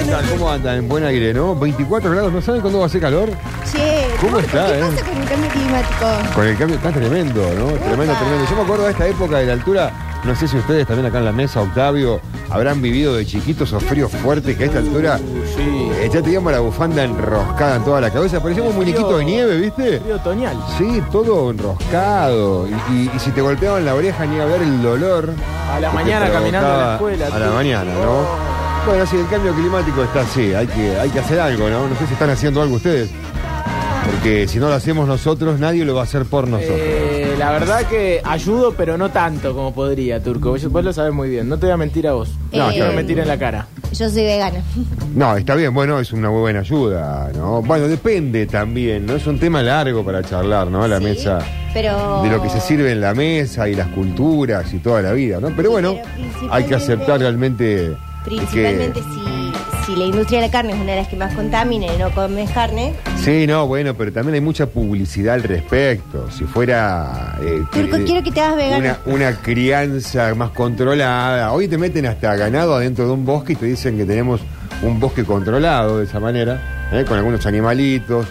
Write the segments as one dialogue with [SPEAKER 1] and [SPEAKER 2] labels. [SPEAKER 1] andan? ¿Cómo andan? En buen aire, ¿no? 24 grados, ¿no saben cuándo va a hacer calor?
[SPEAKER 2] Che,
[SPEAKER 1] ¿Cómo está,
[SPEAKER 2] ¿qué
[SPEAKER 1] eh?
[SPEAKER 2] pasa con el cambio climático?
[SPEAKER 1] Con el cambio está tremendo, ¿no? Tremendo, tremendo. Yo me acuerdo de esta época de la altura, no sé si ustedes también acá en la mesa, Octavio, habrán vivido de chiquitos o fríos fuertes que a esta altura
[SPEAKER 3] sí.
[SPEAKER 1] eh, ya teníamos la bufanda enroscada en toda la cabeza. Parecíamos
[SPEAKER 3] Frío-
[SPEAKER 1] muñequitos de nieve, ¿viste?
[SPEAKER 3] Frío otoñal.
[SPEAKER 1] Sí, todo enroscado. Y, y- y si te golpeaban la oreja ni a ver el dolor.
[SPEAKER 3] A la
[SPEAKER 1] que te
[SPEAKER 3] mañana caminando a la
[SPEAKER 1] provocaba
[SPEAKER 3] escuela. Oh.
[SPEAKER 1] A la
[SPEAKER 3] tú.
[SPEAKER 1] mañana, ¿no? Bueno, si el cambio climático está así, hay que, hay que hacer algo, ¿no? No sé si están haciendo algo ustedes. Porque si no lo hacemos nosotros, nadie lo va a hacer por nosotros.
[SPEAKER 3] Eh, la verdad que ayudo, pero no tanto como podría, Turco. Vos, vos lo sabes muy bien. No te voy a mentir a vos.
[SPEAKER 1] No,
[SPEAKER 3] No, te voy
[SPEAKER 1] claro.
[SPEAKER 3] a mentir en la cara.
[SPEAKER 2] Yo soy vegana.
[SPEAKER 1] No, está bien, bueno, es una buena ayuda, ¿no? Bueno, depende también, ¿no? Es un tema largo para charlar, ¿no? La
[SPEAKER 2] Sí,
[SPEAKER 1] mesa.
[SPEAKER 2] pero-
[SPEAKER 1] De lo que se sirve en la mesa y las culturas y toda la vida, ¿no? Pero bueno,
[SPEAKER 2] pero principalmente-
[SPEAKER 1] hay que aceptar realmente.
[SPEAKER 2] Principalmente
[SPEAKER 1] que-
[SPEAKER 2] si, si la industria de la carne es una de las que más contamina y no comes carne.
[SPEAKER 1] Sí, no, bueno, pero también hay mucha publicidad al respecto. Si fuera. eh,
[SPEAKER 2] Turco, quiero que te hagas vegano.
[SPEAKER 1] Una, una crianza más controlada. Hoy te meten hasta ganado adentro de un bosque y te dicen que tenemos un bosque controlado de esa manera, ¿eh? con algunos animalitos.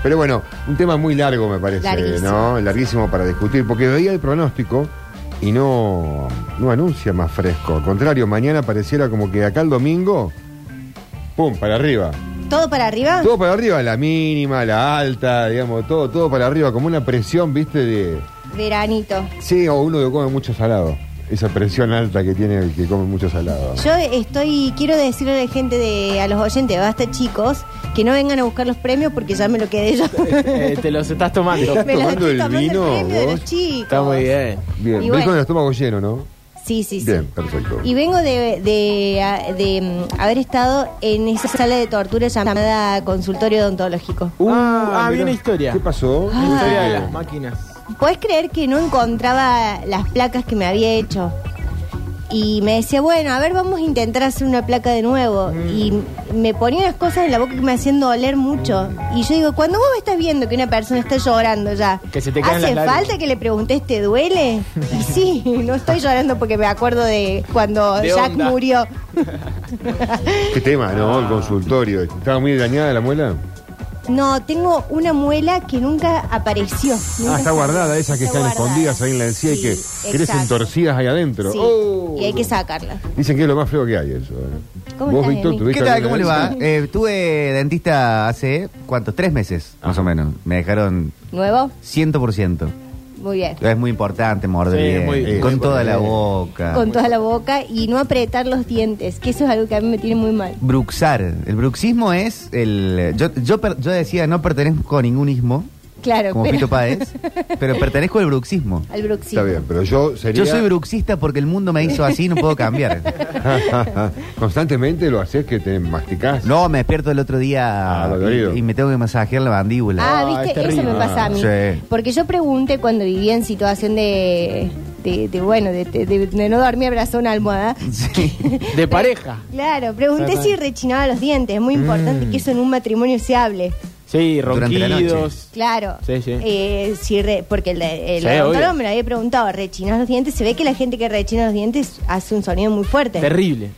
[SPEAKER 1] Pero bueno, un tema muy largo me parece,
[SPEAKER 2] Larguísimo.
[SPEAKER 1] ¿no? Larguísimo para discutir, porque veía el pronóstico y no, no anuncia más fresco. Al contrario, mañana pareciera como que de acá el domingo, ¡pum! para arriba.
[SPEAKER 2] ¿Todo para arriba?
[SPEAKER 1] Todo para arriba, la mínima, la alta, digamos, todo, todo para arriba, como una presión, viste, de.
[SPEAKER 2] Veranito.
[SPEAKER 1] Sí, o uno que come mucho salado. Esa presión alta que tiene el que come mucho salado.
[SPEAKER 2] Yo estoy, quiero decirle a la gente de, a los oyentes, basta chicos, que no vengan a buscar los premios porque ya me lo quedé yo.
[SPEAKER 3] Eh, te los estás tomando.
[SPEAKER 1] ¿Estás
[SPEAKER 2] me lo
[SPEAKER 1] tomando
[SPEAKER 2] estoy
[SPEAKER 1] el
[SPEAKER 2] tomando
[SPEAKER 1] vino,
[SPEAKER 2] el premio de
[SPEAKER 1] vos?
[SPEAKER 2] los chicos.
[SPEAKER 3] Está muy bien.
[SPEAKER 1] Bien,
[SPEAKER 2] Y
[SPEAKER 1] ve
[SPEAKER 2] bueno.
[SPEAKER 1] con el estómago lleno, ¿no?
[SPEAKER 2] Sí, sí, sí.
[SPEAKER 1] Bien, perfecto.
[SPEAKER 2] Y vengo de, de- a- de, mm, haber estado en esa sala de tortura llamada consultorio odontológico.
[SPEAKER 1] Uh,
[SPEAKER 3] ah,
[SPEAKER 1] mirá.
[SPEAKER 3] viene historia.
[SPEAKER 1] ¿Qué pasó?
[SPEAKER 2] Ah.
[SPEAKER 3] Historia de
[SPEAKER 1] Eh,
[SPEAKER 3] las máquinas.
[SPEAKER 2] ¿Puedes creer que no encontraba las placas que me había hecho? Y me decía, bueno, a ver, vamos a intentar hacer una placa de nuevo.
[SPEAKER 3] Mm.
[SPEAKER 2] Y me ponía unas cosas en la boca que me hacían doler mucho. Y yo digo, cuando vos estás viendo que una persona está llorando ya,
[SPEAKER 3] Que se te caen
[SPEAKER 2] ¿hace
[SPEAKER 3] las lágrimas.
[SPEAKER 2] falta que le preguntes, ¿te duele? Y sí, no estoy llorando porque me acuerdo de cuando
[SPEAKER 3] De
[SPEAKER 2] Jack
[SPEAKER 3] onda.
[SPEAKER 2] murió.
[SPEAKER 1] Qué tema, ¿no?
[SPEAKER 2] Ah.
[SPEAKER 1] El consultorio. ¿Estaba muy dañada la muela?
[SPEAKER 2] No, tengo una muela que nunca apareció. Nunca
[SPEAKER 1] Ah, está
[SPEAKER 2] salió.
[SPEAKER 1] guardada, esas que
[SPEAKER 2] Está
[SPEAKER 1] están
[SPEAKER 2] guardada.
[SPEAKER 1] escondidas ahí en la encía y
[SPEAKER 2] Sí,
[SPEAKER 1] que crecen
[SPEAKER 2] exacto.
[SPEAKER 1] torcidas ahí adentro.
[SPEAKER 2] Sí,
[SPEAKER 1] Oh.
[SPEAKER 2] y hay que sacarla.
[SPEAKER 1] Dicen que es lo más feo que hay eso. ¿eh?
[SPEAKER 2] ¿Cómo
[SPEAKER 1] ¿Vos,
[SPEAKER 2] estás,
[SPEAKER 1] Víctor,
[SPEAKER 2] Emi?
[SPEAKER 1] tuviste
[SPEAKER 4] ¿Qué tal?
[SPEAKER 1] alguna
[SPEAKER 4] ¿Cómo le
[SPEAKER 1] vez?
[SPEAKER 4] va? Eh, tuve dentista hace, ¿cuántos? Tres meses, más o menos. Me dejaron
[SPEAKER 2] ¿Nuevo?
[SPEAKER 4] 100%.
[SPEAKER 2] Muy bien.
[SPEAKER 4] Es muy importante morder
[SPEAKER 3] Sí,
[SPEAKER 4] bien, eh,
[SPEAKER 3] muy bien.
[SPEAKER 4] con
[SPEAKER 1] Muy
[SPEAKER 4] toda
[SPEAKER 1] bien.
[SPEAKER 4] la boca.
[SPEAKER 1] Ah,
[SPEAKER 2] Con toda la boca y no apretar los dientes, que eso es algo que a mí me tiene muy mal.
[SPEAKER 4] Bruxar. El bruxismo es el... Yo, yo, per- yo decía, no pertenezco a ningún ismo,
[SPEAKER 2] Claro,
[SPEAKER 4] como
[SPEAKER 2] pero-
[SPEAKER 4] Pito Páez, pero pertenezco al bruxismo.
[SPEAKER 2] Al bruxismo.
[SPEAKER 1] Está bien, pero yo sería...
[SPEAKER 4] Yo soy bruxista porque el mundo me hizo así, no puedo cambiar.
[SPEAKER 1] Constantemente lo haces que te masticás.
[SPEAKER 4] No, me despierto el otro día
[SPEAKER 1] Ah, dolorido.
[SPEAKER 4] y, y me tengo que masajear la mandíbula.
[SPEAKER 2] Ah,
[SPEAKER 1] Ah, es
[SPEAKER 2] viste, eso
[SPEAKER 1] terrible.
[SPEAKER 2] me pasa a mí.
[SPEAKER 4] Sí.
[SPEAKER 2] Porque yo pregunté cuando vivía en situación de, de, de, bueno, de, de- de- de no dormir abrazado a una almohada.
[SPEAKER 1] Mm.
[SPEAKER 4] Sí.
[SPEAKER 3] De pareja.
[SPEAKER 2] Claro, pregunté si rechinaba los dientes. Es muy
[SPEAKER 1] Mm.
[SPEAKER 2] importante que eso en un matrimonio se hable.
[SPEAKER 3] Sí,
[SPEAKER 4] Durante la noche.
[SPEAKER 3] ronquidos.
[SPEAKER 2] Claro.
[SPEAKER 3] Sí, sí.
[SPEAKER 2] Eh, si re- porque el, el
[SPEAKER 3] Sí,
[SPEAKER 2] odontólogo
[SPEAKER 3] obvio.
[SPEAKER 2] me lo había preguntado, ¿rechinas los dientes? Se ve que la gente que rechina los dientes hace un sonido muy fuerte.
[SPEAKER 3] Terrible.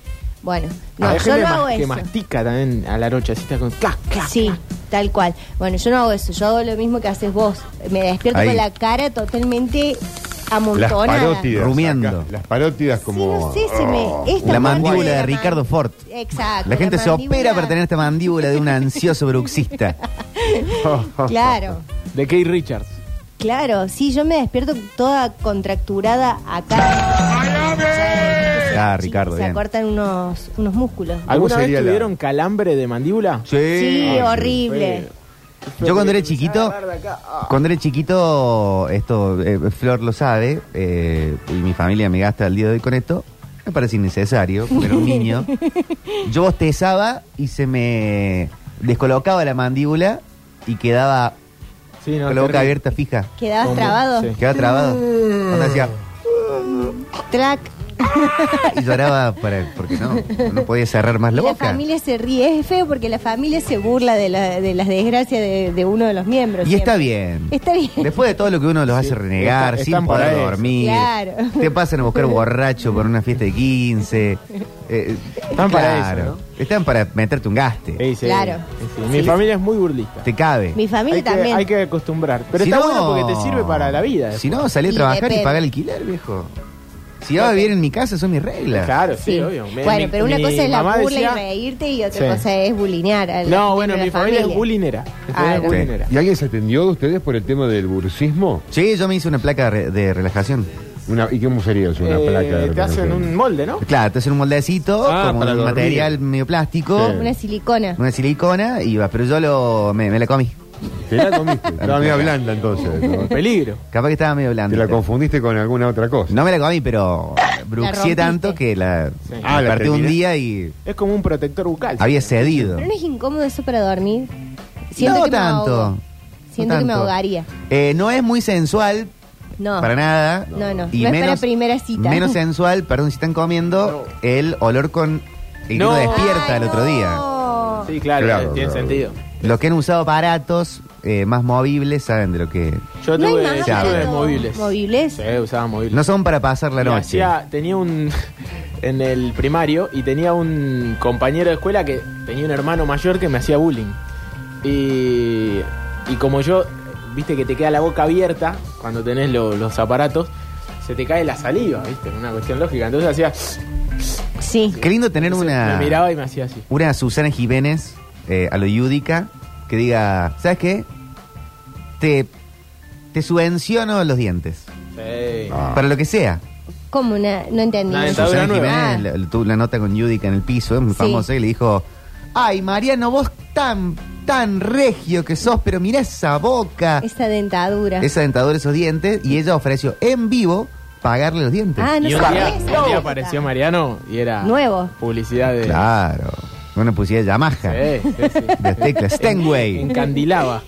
[SPEAKER 2] Bueno, no,
[SPEAKER 3] Hay
[SPEAKER 2] yo
[SPEAKER 3] gente
[SPEAKER 2] no
[SPEAKER 3] que
[SPEAKER 2] hago
[SPEAKER 3] mas- que
[SPEAKER 2] eso.
[SPEAKER 3] mastica también a la noche, así está con clac, clac.
[SPEAKER 2] Sí, tal cual. Bueno, yo no hago eso, yo hago lo mismo que haces vos. Me despierto
[SPEAKER 4] Ahí.
[SPEAKER 2] con la cara totalmente
[SPEAKER 1] Las
[SPEAKER 2] amontonada.
[SPEAKER 1] parótidas.
[SPEAKER 4] Rumiando.
[SPEAKER 1] acá, Las parótidas
[SPEAKER 2] Sí, no
[SPEAKER 1] como...
[SPEAKER 2] sé, se me- esta
[SPEAKER 4] oh. La
[SPEAKER 2] parte
[SPEAKER 4] mandíbula de
[SPEAKER 2] la man-
[SPEAKER 4] Ricardo Ford.
[SPEAKER 2] Exacto.
[SPEAKER 4] La gente se
[SPEAKER 2] mandíbula-
[SPEAKER 4] opera para tener esta mandíbula de un ansioso bruxista.
[SPEAKER 1] oh.
[SPEAKER 2] Claro,
[SPEAKER 3] De Kate Richards.
[SPEAKER 2] claro. Sí, yo me despierto toda contracturada acá.
[SPEAKER 4] Ah,
[SPEAKER 2] Sí,
[SPEAKER 4] Ricardo,
[SPEAKER 2] Se
[SPEAKER 4] bien.
[SPEAKER 2] acortan unos, unos músculos.
[SPEAKER 3] ¿Alguna vez
[SPEAKER 1] sería la-
[SPEAKER 3] tuvieron calambre de mandíbula?
[SPEAKER 2] Sí,
[SPEAKER 1] sí.
[SPEAKER 2] horrible.
[SPEAKER 4] Yo cuando era chiquito, cuando era chiquito, esto eh, Flor lo sabe, eh, y mi familia me gasta el día de hoy con esto, me parece innecesario, porque era un niño. Yo bostezaba y se me descolocaba la mandíbula y quedaba
[SPEAKER 3] Sí, no,
[SPEAKER 4] con la boca
[SPEAKER 3] terrible.
[SPEAKER 4] abierta fija.
[SPEAKER 2] Quedabas
[SPEAKER 3] ¿Cómo?
[SPEAKER 2] trabado.
[SPEAKER 3] Sí.
[SPEAKER 4] Quedaba trabado. Cuando hacía,
[SPEAKER 2] Track.
[SPEAKER 4] Y lloraba para- porque no, no podía cerrar más la
[SPEAKER 2] la
[SPEAKER 4] boca.
[SPEAKER 2] familia se ríe, es feo porque la familia se burla de, la- de las desgracias de, de uno de los miembros.
[SPEAKER 4] Y está
[SPEAKER 2] siempre.
[SPEAKER 4] bien.
[SPEAKER 2] Está bien.
[SPEAKER 4] Después de todo lo que uno los hace renegar,
[SPEAKER 3] está-
[SPEAKER 4] sin
[SPEAKER 3] están para
[SPEAKER 4] poder
[SPEAKER 3] eso.
[SPEAKER 4] dormir,
[SPEAKER 2] Claro.
[SPEAKER 4] te pasan a buscar borracho por una fiesta de 15. eh,
[SPEAKER 3] Están para eso,
[SPEAKER 4] Están para meterte un gaste.
[SPEAKER 3] Ey, sí.
[SPEAKER 2] Claro.
[SPEAKER 3] Sí, Mi
[SPEAKER 2] Sí.
[SPEAKER 3] familia es muy burlista.
[SPEAKER 4] Te cabe.
[SPEAKER 2] Mi familia
[SPEAKER 3] hay, que,
[SPEAKER 2] también.
[SPEAKER 3] hay que acostumbrar. Pero
[SPEAKER 4] Si
[SPEAKER 3] está
[SPEAKER 4] no-
[SPEAKER 3] bueno porque te sirve para la vida.
[SPEAKER 4] Si no, salí a
[SPEAKER 2] Y
[SPEAKER 4] trabajar y
[SPEAKER 2] depende.
[SPEAKER 4] pagar alquiler, viejo. Si va bien en mi casa, son mis reglas.
[SPEAKER 3] Claro, sí,
[SPEAKER 2] Sí.
[SPEAKER 3] obvio. Me-
[SPEAKER 2] bueno,
[SPEAKER 3] mi-
[SPEAKER 2] pero una
[SPEAKER 3] mi
[SPEAKER 2] cosa es la
[SPEAKER 3] mamá
[SPEAKER 2] burla y
[SPEAKER 3] decía-
[SPEAKER 2] reírte y otra
[SPEAKER 3] Sí.
[SPEAKER 2] cosa es bulinear. a la gente
[SPEAKER 3] No, bueno,
[SPEAKER 2] de
[SPEAKER 3] mi
[SPEAKER 2] la Ah.
[SPEAKER 3] familia, es bullinera. Mi familia es
[SPEAKER 2] Claro.
[SPEAKER 3] bullinera.
[SPEAKER 1] ¿Y alguien se atendió de ustedes por el tema del burcismo?
[SPEAKER 4] Sí, yo me hice una placa re- de relajación.
[SPEAKER 1] Una, ¿Y cómo sería eso? Una
[SPEAKER 3] Eh,
[SPEAKER 1] placa. de
[SPEAKER 3] te hacen
[SPEAKER 1] reparación?
[SPEAKER 3] un molde, ¿no?
[SPEAKER 4] Claro, te hacen un moldecito
[SPEAKER 1] Ah,
[SPEAKER 4] como
[SPEAKER 1] para
[SPEAKER 4] un
[SPEAKER 1] dormir.
[SPEAKER 4] material medio plástico,
[SPEAKER 1] Sí.
[SPEAKER 2] Una silicona.
[SPEAKER 4] una silicona, y va. Pero yo lo, me, me la comí.
[SPEAKER 1] Te la comiste. Estaba medio blanda entonces. ¿no?
[SPEAKER 3] Peligro.
[SPEAKER 4] Capaz que estaba medio
[SPEAKER 1] Te
[SPEAKER 4] blanda.
[SPEAKER 1] la confundiste con alguna otra cosa.
[SPEAKER 4] No me la comí, pero bruxié
[SPEAKER 2] rompiste.
[SPEAKER 4] tanto que la,
[SPEAKER 3] Sí.
[SPEAKER 4] me
[SPEAKER 1] Ah, la
[SPEAKER 4] partí un
[SPEAKER 3] ¿eh?
[SPEAKER 1] terminé.
[SPEAKER 4] día y
[SPEAKER 3] Es como un protector bucal.
[SPEAKER 4] había cedido.
[SPEAKER 2] ¿Pero no es incómodo eso para dormir?
[SPEAKER 4] no
[SPEAKER 2] que me
[SPEAKER 4] tanto.
[SPEAKER 2] ahogo. Siento
[SPEAKER 4] No
[SPEAKER 2] que me
[SPEAKER 4] tanto.
[SPEAKER 2] ahogaría.
[SPEAKER 4] Eh, no es muy sensual,
[SPEAKER 2] No.
[SPEAKER 4] para nada.
[SPEAKER 2] No, no. No es para primera cita.
[SPEAKER 4] Menos sensual, perdón, si están comiendo, el olor con el que
[SPEAKER 3] No.
[SPEAKER 4] uno despierta
[SPEAKER 2] Ay,
[SPEAKER 4] el otro día.
[SPEAKER 2] no.
[SPEAKER 3] Sí, claro,
[SPEAKER 1] Claro,
[SPEAKER 3] tiene
[SPEAKER 1] claro.
[SPEAKER 3] sentido.
[SPEAKER 4] Los que han usado aparatos eh, más movibles saben de lo que...
[SPEAKER 3] Yo
[SPEAKER 2] No hay
[SPEAKER 3] tuve,
[SPEAKER 2] más
[SPEAKER 3] yo
[SPEAKER 4] aparatos
[SPEAKER 3] tuve móviles.
[SPEAKER 2] móviles.
[SPEAKER 3] Sí, usaba móviles.
[SPEAKER 4] No son para pasar la
[SPEAKER 3] Y
[SPEAKER 4] noche.
[SPEAKER 3] hacía- tenía un. En el primario y tenía un compañero de escuela que tenía un hermano mayor que me hacía bullying. Y. Y como yo. Viste que te queda la boca abierta cuando tenés lo- los aparatos, se te cae la saliva, ¿viste? Una cuestión lógica. Entonces hacía.
[SPEAKER 2] Sí.
[SPEAKER 4] Qué lindo tener
[SPEAKER 3] entonces
[SPEAKER 4] una,
[SPEAKER 3] Me miraba y me hacía así.
[SPEAKER 4] una Susana Jiménez eh, a lo Yudica que diga, ¿sabes qué? Te, te subvenciono los dientes.
[SPEAKER 3] Sí.
[SPEAKER 1] Ah.
[SPEAKER 4] Para lo que sea.
[SPEAKER 2] Como una. No entendí.
[SPEAKER 3] Una dentadura
[SPEAKER 4] Susana
[SPEAKER 3] nueva.
[SPEAKER 4] Jiménez la- la- tuvo la nota con Yudica en el piso, es muy
[SPEAKER 2] Ah. Sí.
[SPEAKER 4] famosa, y le dijo: Ay, Mariano, vos tan, tan regio que sos, pero mirá esa boca,
[SPEAKER 2] Esa dentadura.
[SPEAKER 4] esa dentadura, esos dientes. Y ella ofreció en vivo pagarle los dientes.
[SPEAKER 2] Ah, no
[SPEAKER 3] y un
[SPEAKER 2] sabía
[SPEAKER 3] día,
[SPEAKER 2] esa
[SPEAKER 3] un día
[SPEAKER 2] anécdota.
[SPEAKER 3] apareció Mariano y era.
[SPEAKER 2] Nuevo.
[SPEAKER 3] Publicidad de.
[SPEAKER 4] Claro. Bueno, pusiera Yamaha.
[SPEAKER 3] Sí, sí, sí.
[SPEAKER 4] Las teclas Steinway.
[SPEAKER 3] Encandilaba.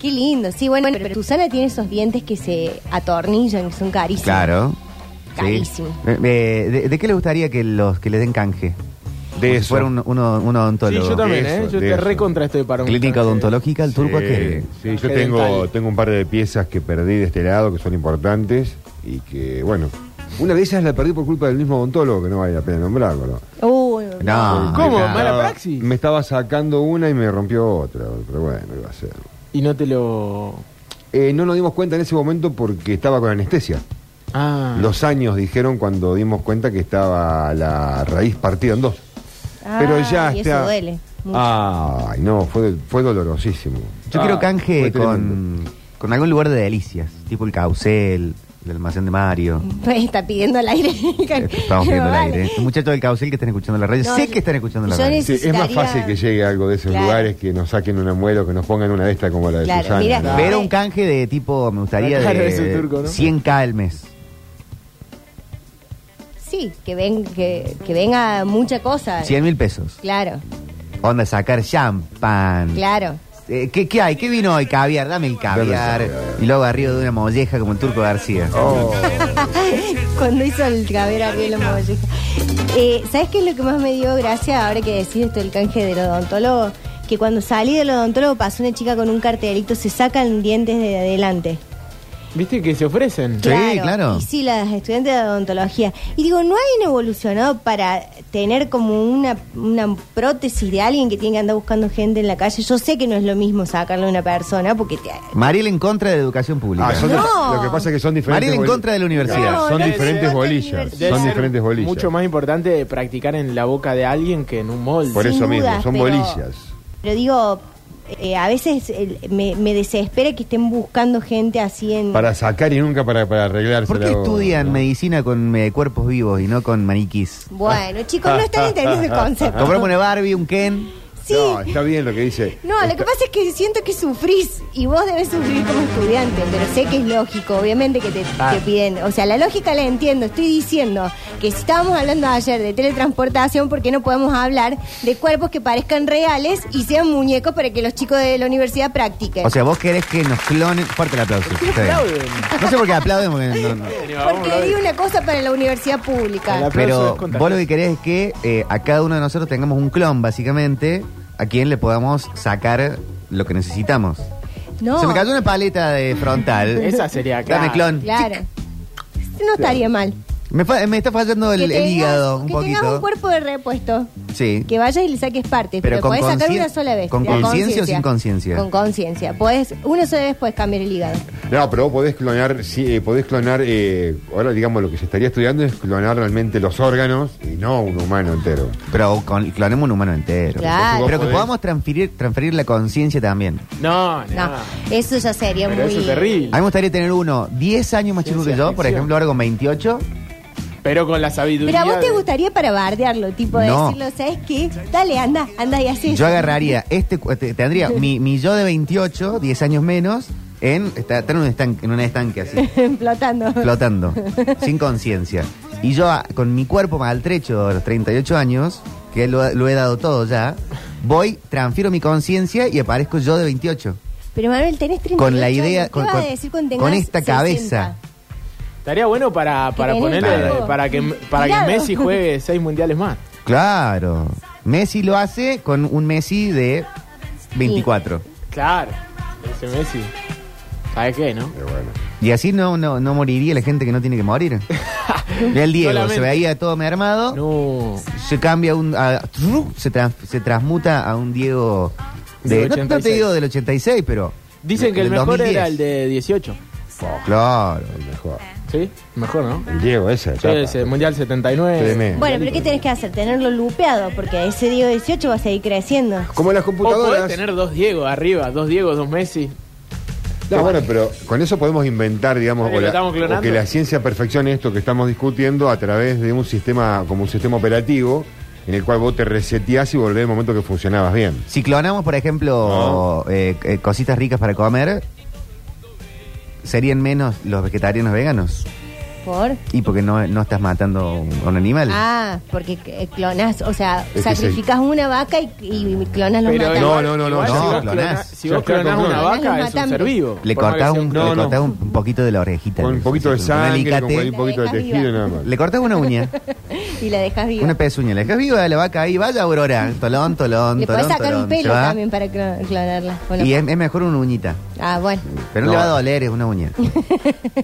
[SPEAKER 2] Qué lindo. Sí, bueno, pero Susana tiene esos dientes que se atornillan, que son carísimos.
[SPEAKER 4] Claro. Sí.
[SPEAKER 2] Carísimo.
[SPEAKER 4] Eh, eh, ¿de, de qué le gustaría que los que le den canje?
[SPEAKER 1] De
[SPEAKER 4] Como si
[SPEAKER 1] eso.
[SPEAKER 4] fuera un, uno- un
[SPEAKER 3] Sí,
[SPEAKER 4] odontólogo.
[SPEAKER 3] yo también,
[SPEAKER 1] De
[SPEAKER 3] ¿eh?
[SPEAKER 1] eso,
[SPEAKER 3] Yo
[SPEAKER 1] de
[SPEAKER 3] te
[SPEAKER 1] eso.
[SPEAKER 3] recontra estoy para un.
[SPEAKER 4] Clínica odontológica, el turco
[SPEAKER 1] Sí,
[SPEAKER 4] que.
[SPEAKER 1] Sí, yo
[SPEAKER 3] Ángel
[SPEAKER 1] tengo,
[SPEAKER 3] dental.
[SPEAKER 1] tengo un par de piezas que perdí de este lado que son importantes y que, bueno, una de ellas la perdí por culpa del mismo odontólogo, que no vale la pena nombrarlo. ¿no?
[SPEAKER 2] Uy,
[SPEAKER 4] No,
[SPEAKER 3] ¿Cómo?
[SPEAKER 4] no.
[SPEAKER 3] Mala
[SPEAKER 1] Estaba-
[SPEAKER 3] praxis.
[SPEAKER 1] Me estaba sacando una y me rompió otra, pero bueno, iba a ser.
[SPEAKER 3] Y no te lo.
[SPEAKER 1] Eh, no nos dimos cuenta en ese momento porque estaba con anestesia.
[SPEAKER 3] Ah.
[SPEAKER 1] Los años dijeron cuando dimos cuenta que estaba la raíz partida en dos. Pero
[SPEAKER 2] Ay,
[SPEAKER 1] ya
[SPEAKER 2] Ah, y
[SPEAKER 1] está.
[SPEAKER 2] Eso duele. mucho.
[SPEAKER 1] Ay, no, fue, fue dolorosísimo.
[SPEAKER 4] Yo
[SPEAKER 1] Ah,
[SPEAKER 4] quiero
[SPEAKER 1] fue
[SPEAKER 4] canje
[SPEAKER 1] tremendo.
[SPEAKER 4] con, con algún lugar de delicias, tipo el Caucel, el almacén de Mario. Eh,
[SPEAKER 2] Pues está pidiendo el aire.
[SPEAKER 4] Estamos viendo el aire. Los muchachos del Caucel que están escuchando la radio,
[SPEAKER 2] No,
[SPEAKER 4] sé
[SPEAKER 2] yo-
[SPEAKER 4] que están escuchando la
[SPEAKER 2] yo
[SPEAKER 4] radio.
[SPEAKER 2] neces-
[SPEAKER 1] Sí, es más
[SPEAKER 2] necesitaría-
[SPEAKER 1] fácil que llegue algo de esos
[SPEAKER 2] Claro.
[SPEAKER 1] lugares que nos saquen una muela o que nos pongan una de estas como la de
[SPEAKER 2] Claro,
[SPEAKER 1] Susana.
[SPEAKER 2] mira,
[SPEAKER 1] ¿no?
[SPEAKER 4] Pero un canje de tipo, me gustaría
[SPEAKER 3] Claro, ese
[SPEAKER 4] de
[SPEAKER 3] turco, ¿no?
[SPEAKER 4] 100k al mes.
[SPEAKER 2] Sí, que, ven, que, que venga mucha cosa.
[SPEAKER 4] 100 mil pesos.
[SPEAKER 2] Claro,
[SPEAKER 4] Onda, sacar champán.
[SPEAKER 2] claro.
[SPEAKER 4] Eh, ¿qué, qué hay? ¿Qué vino hoy? Caviar, dame el caviar. eh. Oh. Y luego arriba de una molleja como el turco García.
[SPEAKER 2] Cuando hizo el caber arriba la molleja. Eh, ¿Sabes qué es lo que más me dio gracia ahora que decís esto el canje del odontólogo? Que cuando salí del odontólogo pasó una chica con un cartelito, se sacan dientes de adelante.
[SPEAKER 3] ¿Viste que se ofrecen?
[SPEAKER 4] Sí, claro.
[SPEAKER 2] Y sí, las estudiantes de odontología. Y digo, ¿no han evolucionado para tener como una, una prótesis de alguien que tiene que andar buscando gente en la calle? Yo sé que no es lo mismo sacarle a una persona porque te...
[SPEAKER 4] Mariel en contra de la educación pública.
[SPEAKER 1] Ah, son
[SPEAKER 2] No.
[SPEAKER 1] de- lo que pasa es que son diferentes.
[SPEAKER 4] Mariel en
[SPEAKER 1] boli-
[SPEAKER 4] contra de la universidad.
[SPEAKER 2] No,
[SPEAKER 1] son
[SPEAKER 2] no,
[SPEAKER 1] diferentes
[SPEAKER 2] no,
[SPEAKER 1] bolillas.
[SPEAKER 2] no,
[SPEAKER 3] Debe
[SPEAKER 1] son
[SPEAKER 3] ser
[SPEAKER 1] diferentes bolillas.
[SPEAKER 3] Mucho más importante practicar en la boca de alguien que en un molde.
[SPEAKER 1] Por
[SPEAKER 2] Sin
[SPEAKER 1] eso mismo,
[SPEAKER 2] dudas,
[SPEAKER 1] son
[SPEAKER 2] pero-
[SPEAKER 1] bolillas.
[SPEAKER 2] Pero digo, eh, a veces eh, me, me desespera que estén buscando gente así en...
[SPEAKER 1] Para sacar y nunca para, para arreglarse.
[SPEAKER 4] ¿Por qué
[SPEAKER 1] la boca,
[SPEAKER 4] estudian
[SPEAKER 1] ¿no?
[SPEAKER 4] medicina con eh, cuerpos vivos y no con maniquís?
[SPEAKER 2] Bueno, chicos, no están entendiendo el concepto.
[SPEAKER 4] Compramos una Barbie, un Ken.
[SPEAKER 2] Sí.
[SPEAKER 1] No, está bien lo que dice.
[SPEAKER 2] No, lo que pasa es que siento que sufrís y vos debes sufrir como estudiante, pero sé que es lógico, obviamente que te,
[SPEAKER 3] Ah.
[SPEAKER 2] te piden, o sea, la lógica la entiendo, estoy diciendo que si estábamos hablando ayer de teletransportación, ¿por qué no podemos hablar de cuerpos que parezcan reales y sean muñecos para que los chicos de la universidad practiquen?
[SPEAKER 4] O sea, vos querés que nos clonen. Fuerte el aplauso.
[SPEAKER 3] qué
[SPEAKER 4] está bien.
[SPEAKER 3] aplauden?
[SPEAKER 4] No sé por qué aplauden. porque no- no.
[SPEAKER 2] Porque di una cosa para la universidad pública.
[SPEAKER 3] El aplauso
[SPEAKER 4] Pero
[SPEAKER 3] es contagioso.
[SPEAKER 4] vos lo que querés es que eh, a cada uno de nosotros tengamos un clon, básicamente, a quien le podamos sacar lo que necesitamos.
[SPEAKER 2] No,
[SPEAKER 4] Se me cayó una paleta de frontal.
[SPEAKER 3] Esa sería claro.
[SPEAKER 4] Dame clon.
[SPEAKER 2] claro. No estaría mal.
[SPEAKER 4] Me, fa- me está fallando el,
[SPEAKER 2] que
[SPEAKER 4] el
[SPEAKER 2] tengas-
[SPEAKER 4] hígado un
[SPEAKER 2] que
[SPEAKER 4] poquito.
[SPEAKER 2] tengas un cuerpo de repuesto.
[SPEAKER 4] sí.
[SPEAKER 2] Que vayas y le saques partes, pero,
[SPEAKER 4] Pero con
[SPEAKER 2] podés sacar
[SPEAKER 4] conscien-
[SPEAKER 2] una sola vez.
[SPEAKER 4] ¿con
[SPEAKER 2] La
[SPEAKER 4] conciencia o sin conciencia?
[SPEAKER 2] Con conciencia. Podés- Una sola vez puedes cambiar el hígado.
[SPEAKER 1] No, pero vos podés clonar, sí, eh, podés clonar, eh, ahora digamos lo que se estaría estudiando es clonar realmente los órganos y no un humano entero.
[SPEAKER 4] Pero con, clonemos un humano entero.
[SPEAKER 2] Claro.
[SPEAKER 4] Pero que
[SPEAKER 1] Podés.
[SPEAKER 4] podamos transferir, transferir la conciencia también.
[SPEAKER 3] No, no.
[SPEAKER 2] No, eso ya sería
[SPEAKER 3] Ah. Pero
[SPEAKER 2] muy.
[SPEAKER 3] eso es terrible.
[SPEAKER 4] A mí me gustaría tener uno 10 años más chico que
[SPEAKER 3] Ciencia
[SPEAKER 4] yo, por
[SPEAKER 3] ficción.
[SPEAKER 4] ejemplo, ahora con 28.
[SPEAKER 3] Pero con la sabiduría.
[SPEAKER 2] Pero a vos te
[SPEAKER 3] de-
[SPEAKER 2] gustaría para bardearlo, tipo de
[SPEAKER 4] No.
[SPEAKER 2] decirlo, ¿sabes qué? Dale, anda, anda y así.
[SPEAKER 4] Yo agarraría este, cu- te- tendría mi, mi yo de 28, 10 años menos, en, está, está en, un estanque, en un estanque así,
[SPEAKER 2] Flotando.
[SPEAKER 4] flotando, sin conciencia. Y yo a- con mi cuerpo maltrecho de los 38 años, que lo, lo he dado todo ya, voy, transfiero mi conciencia y aparezco yo de 28.
[SPEAKER 2] Pero Manuel, tenés 38
[SPEAKER 4] Con la idea,
[SPEAKER 2] años. ¿Qué
[SPEAKER 4] con,
[SPEAKER 2] vas
[SPEAKER 4] con-
[SPEAKER 2] a decir cuando
[SPEAKER 4] con
[SPEAKER 2] tengas
[SPEAKER 4] esta
[SPEAKER 2] 60?
[SPEAKER 4] cabeza.
[SPEAKER 3] Estaría bueno para, para
[SPEAKER 2] tenés
[SPEAKER 3] ponerle.
[SPEAKER 4] algo.
[SPEAKER 3] Para que, para que
[SPEAKER 2] Tirado.
[SPEAKER 3] Messi juegue seis mundiales más.
[SPEAKER 4] Claro. Messi lo hace con un Messi de 24.
[SPEAKER 3] Claro. Ese Messi. ¿Sabes qué, no?
[SPEAKER 1] Pero bueno.
[SPEAKER 4] Y así no, no, no moriría la gente que no tiene que morir. Mirá el Diego,
[SPEAKER 3] Solamente.
[SPEAKER 4] se veía todo mermado,
[SPEAKER 3] No.
[SPEAKER 4] se cambia un, a- tru- se, trans- se transmuta a un Diego
[SPEAKER 3] Del
[SPEAKER 4] de, no, no te
[SPEAKER 3] 86.
[SPEAKER 4] digo del 86, pero...
[SPEAKER 3] Dicen que el
[SPEAKER 4] del
[SPEAKER 3] mejor
[SPEAKER 4] 2010.
[SPEAKER 3] era el de 18.
[SPEAKER 4] Claro.
[SPEAKER 1] El mejor.
[SPEAKER 2] Eh.
[SPEAKER 3] ¿Sí? Mejor, ¿no?
[SPEAKER 1] El Diego ese.
[SPEAKER 3] Sí, ese Mundial 79.
[SPEAKER 1] Tremendo.
[SPEAKER 2] Bueno, pero ¿qué tenés que hacer? Tenerlo lupeado, porque ese día 18 va a seguir creciendo.
[SPEAKER 1] Como las
[SPEAKER 3] Vos podés
[SPEAKER 1] computadoras.
[SPEAKER 3] tener dos Diego arriba, dos Diego, dos Messi.
[SPEAKER 1] No, bueno, pero con eso podemos inventar, digamos, o
[SPEAKER 3] Ahora que
[SPEAKER 1] la-
[SPEAKER 3] lo estamos clonando.
[SPEAKER 1] o que la ciencia perfeccione esto que estamos discutiendo a través de un sistema, como un sistema operativo, en el cual vos te reseteás y volvés al momento que funcionabas bien.
[SPEAKER 4] Si clonamos, por ejemplo, eh, eh, cositas ricas para comer, ¿serían menos los vegetarianos veganos?
[SPEAKER 2] ¿Por?
[SPEAKER 4] Y porque no, no estás matando a un animal.
[SPEAKER 2] Ah, porque eh, clonás, o sea,
[SPEAKER 1] que
[SPEAKER 2] sacrificas una vaca y, y clonas los
[SPEAKER 3] Pero
[SPEAKER 2] matanos.
[SPEAKER 1] No,
[SPEAKER 3] igual-
[SPEAKER 1] no, no, no,
[SPEAKER 3] igual Si vos
[SPEAKER 4] no, clonás.
[SPEAKER 3] clonás, si
[SPEAKER 1] Ya
[SPEAKER 3] vos
[SPEAKER 1] está,
[SPEAKER 3] clonás
[SPEAKER 1] con
[SPEAKER 3] una
[SPEAKER 1] clonás.
[SPEAKER 3] vaca,
[SPEAKER 2] Los
[SPEAKER 3] es un ser
[SPEAKER 2] matan.
[SPEAKER 3] vivo.
[SPEAKER 4] Le
[SPEAKER 3] Por más que
[SPEAKER 4] cortás
[SPEAKER 3] sea
[SPEAKER 4] un,
[SPEAKER 1] No,
[SPEAKER 4] le
[SPEAKER 1] no.
[SPEAKER 4] cortás un un poquito de la orejita.
[SPEAKER 1] Con un poquito de
[SPEAKER 4] Un
[SPEAKER 1] sangre,
[SPEAKER 4] alicate.
[SPEAKER 1] con un poquito de tejido y nada más.
[SPEAKER 4] Le cortás una uña,
[SPEAKER 2] y la dejas viva.
[SPEAKER 4] una pezuña, la dejas viva, la vaca ahí, vaya Aurora, tolón, tolón,
[SPEAKER 2] le podés
[SPEAKER 4] tolón,
[SPEAKER 2] sacar
[SPEAKER 4] tolón,
[SPEAKER 2] un
[SPEAKER 4] se
[SPEAKER 2] pelo
[SPEAKER 4] va.
[SPEAKER 2] también para clon- clonarla. ¿o no?
[SPEAKER 4] Y es, es mejor una uñita,
[SPEAKER 2] Ah, bueno.
[SPEAKER 4] pero no,
[SPEAKER 1] No.
[SPEAKER 4] le va a doler, es una uña.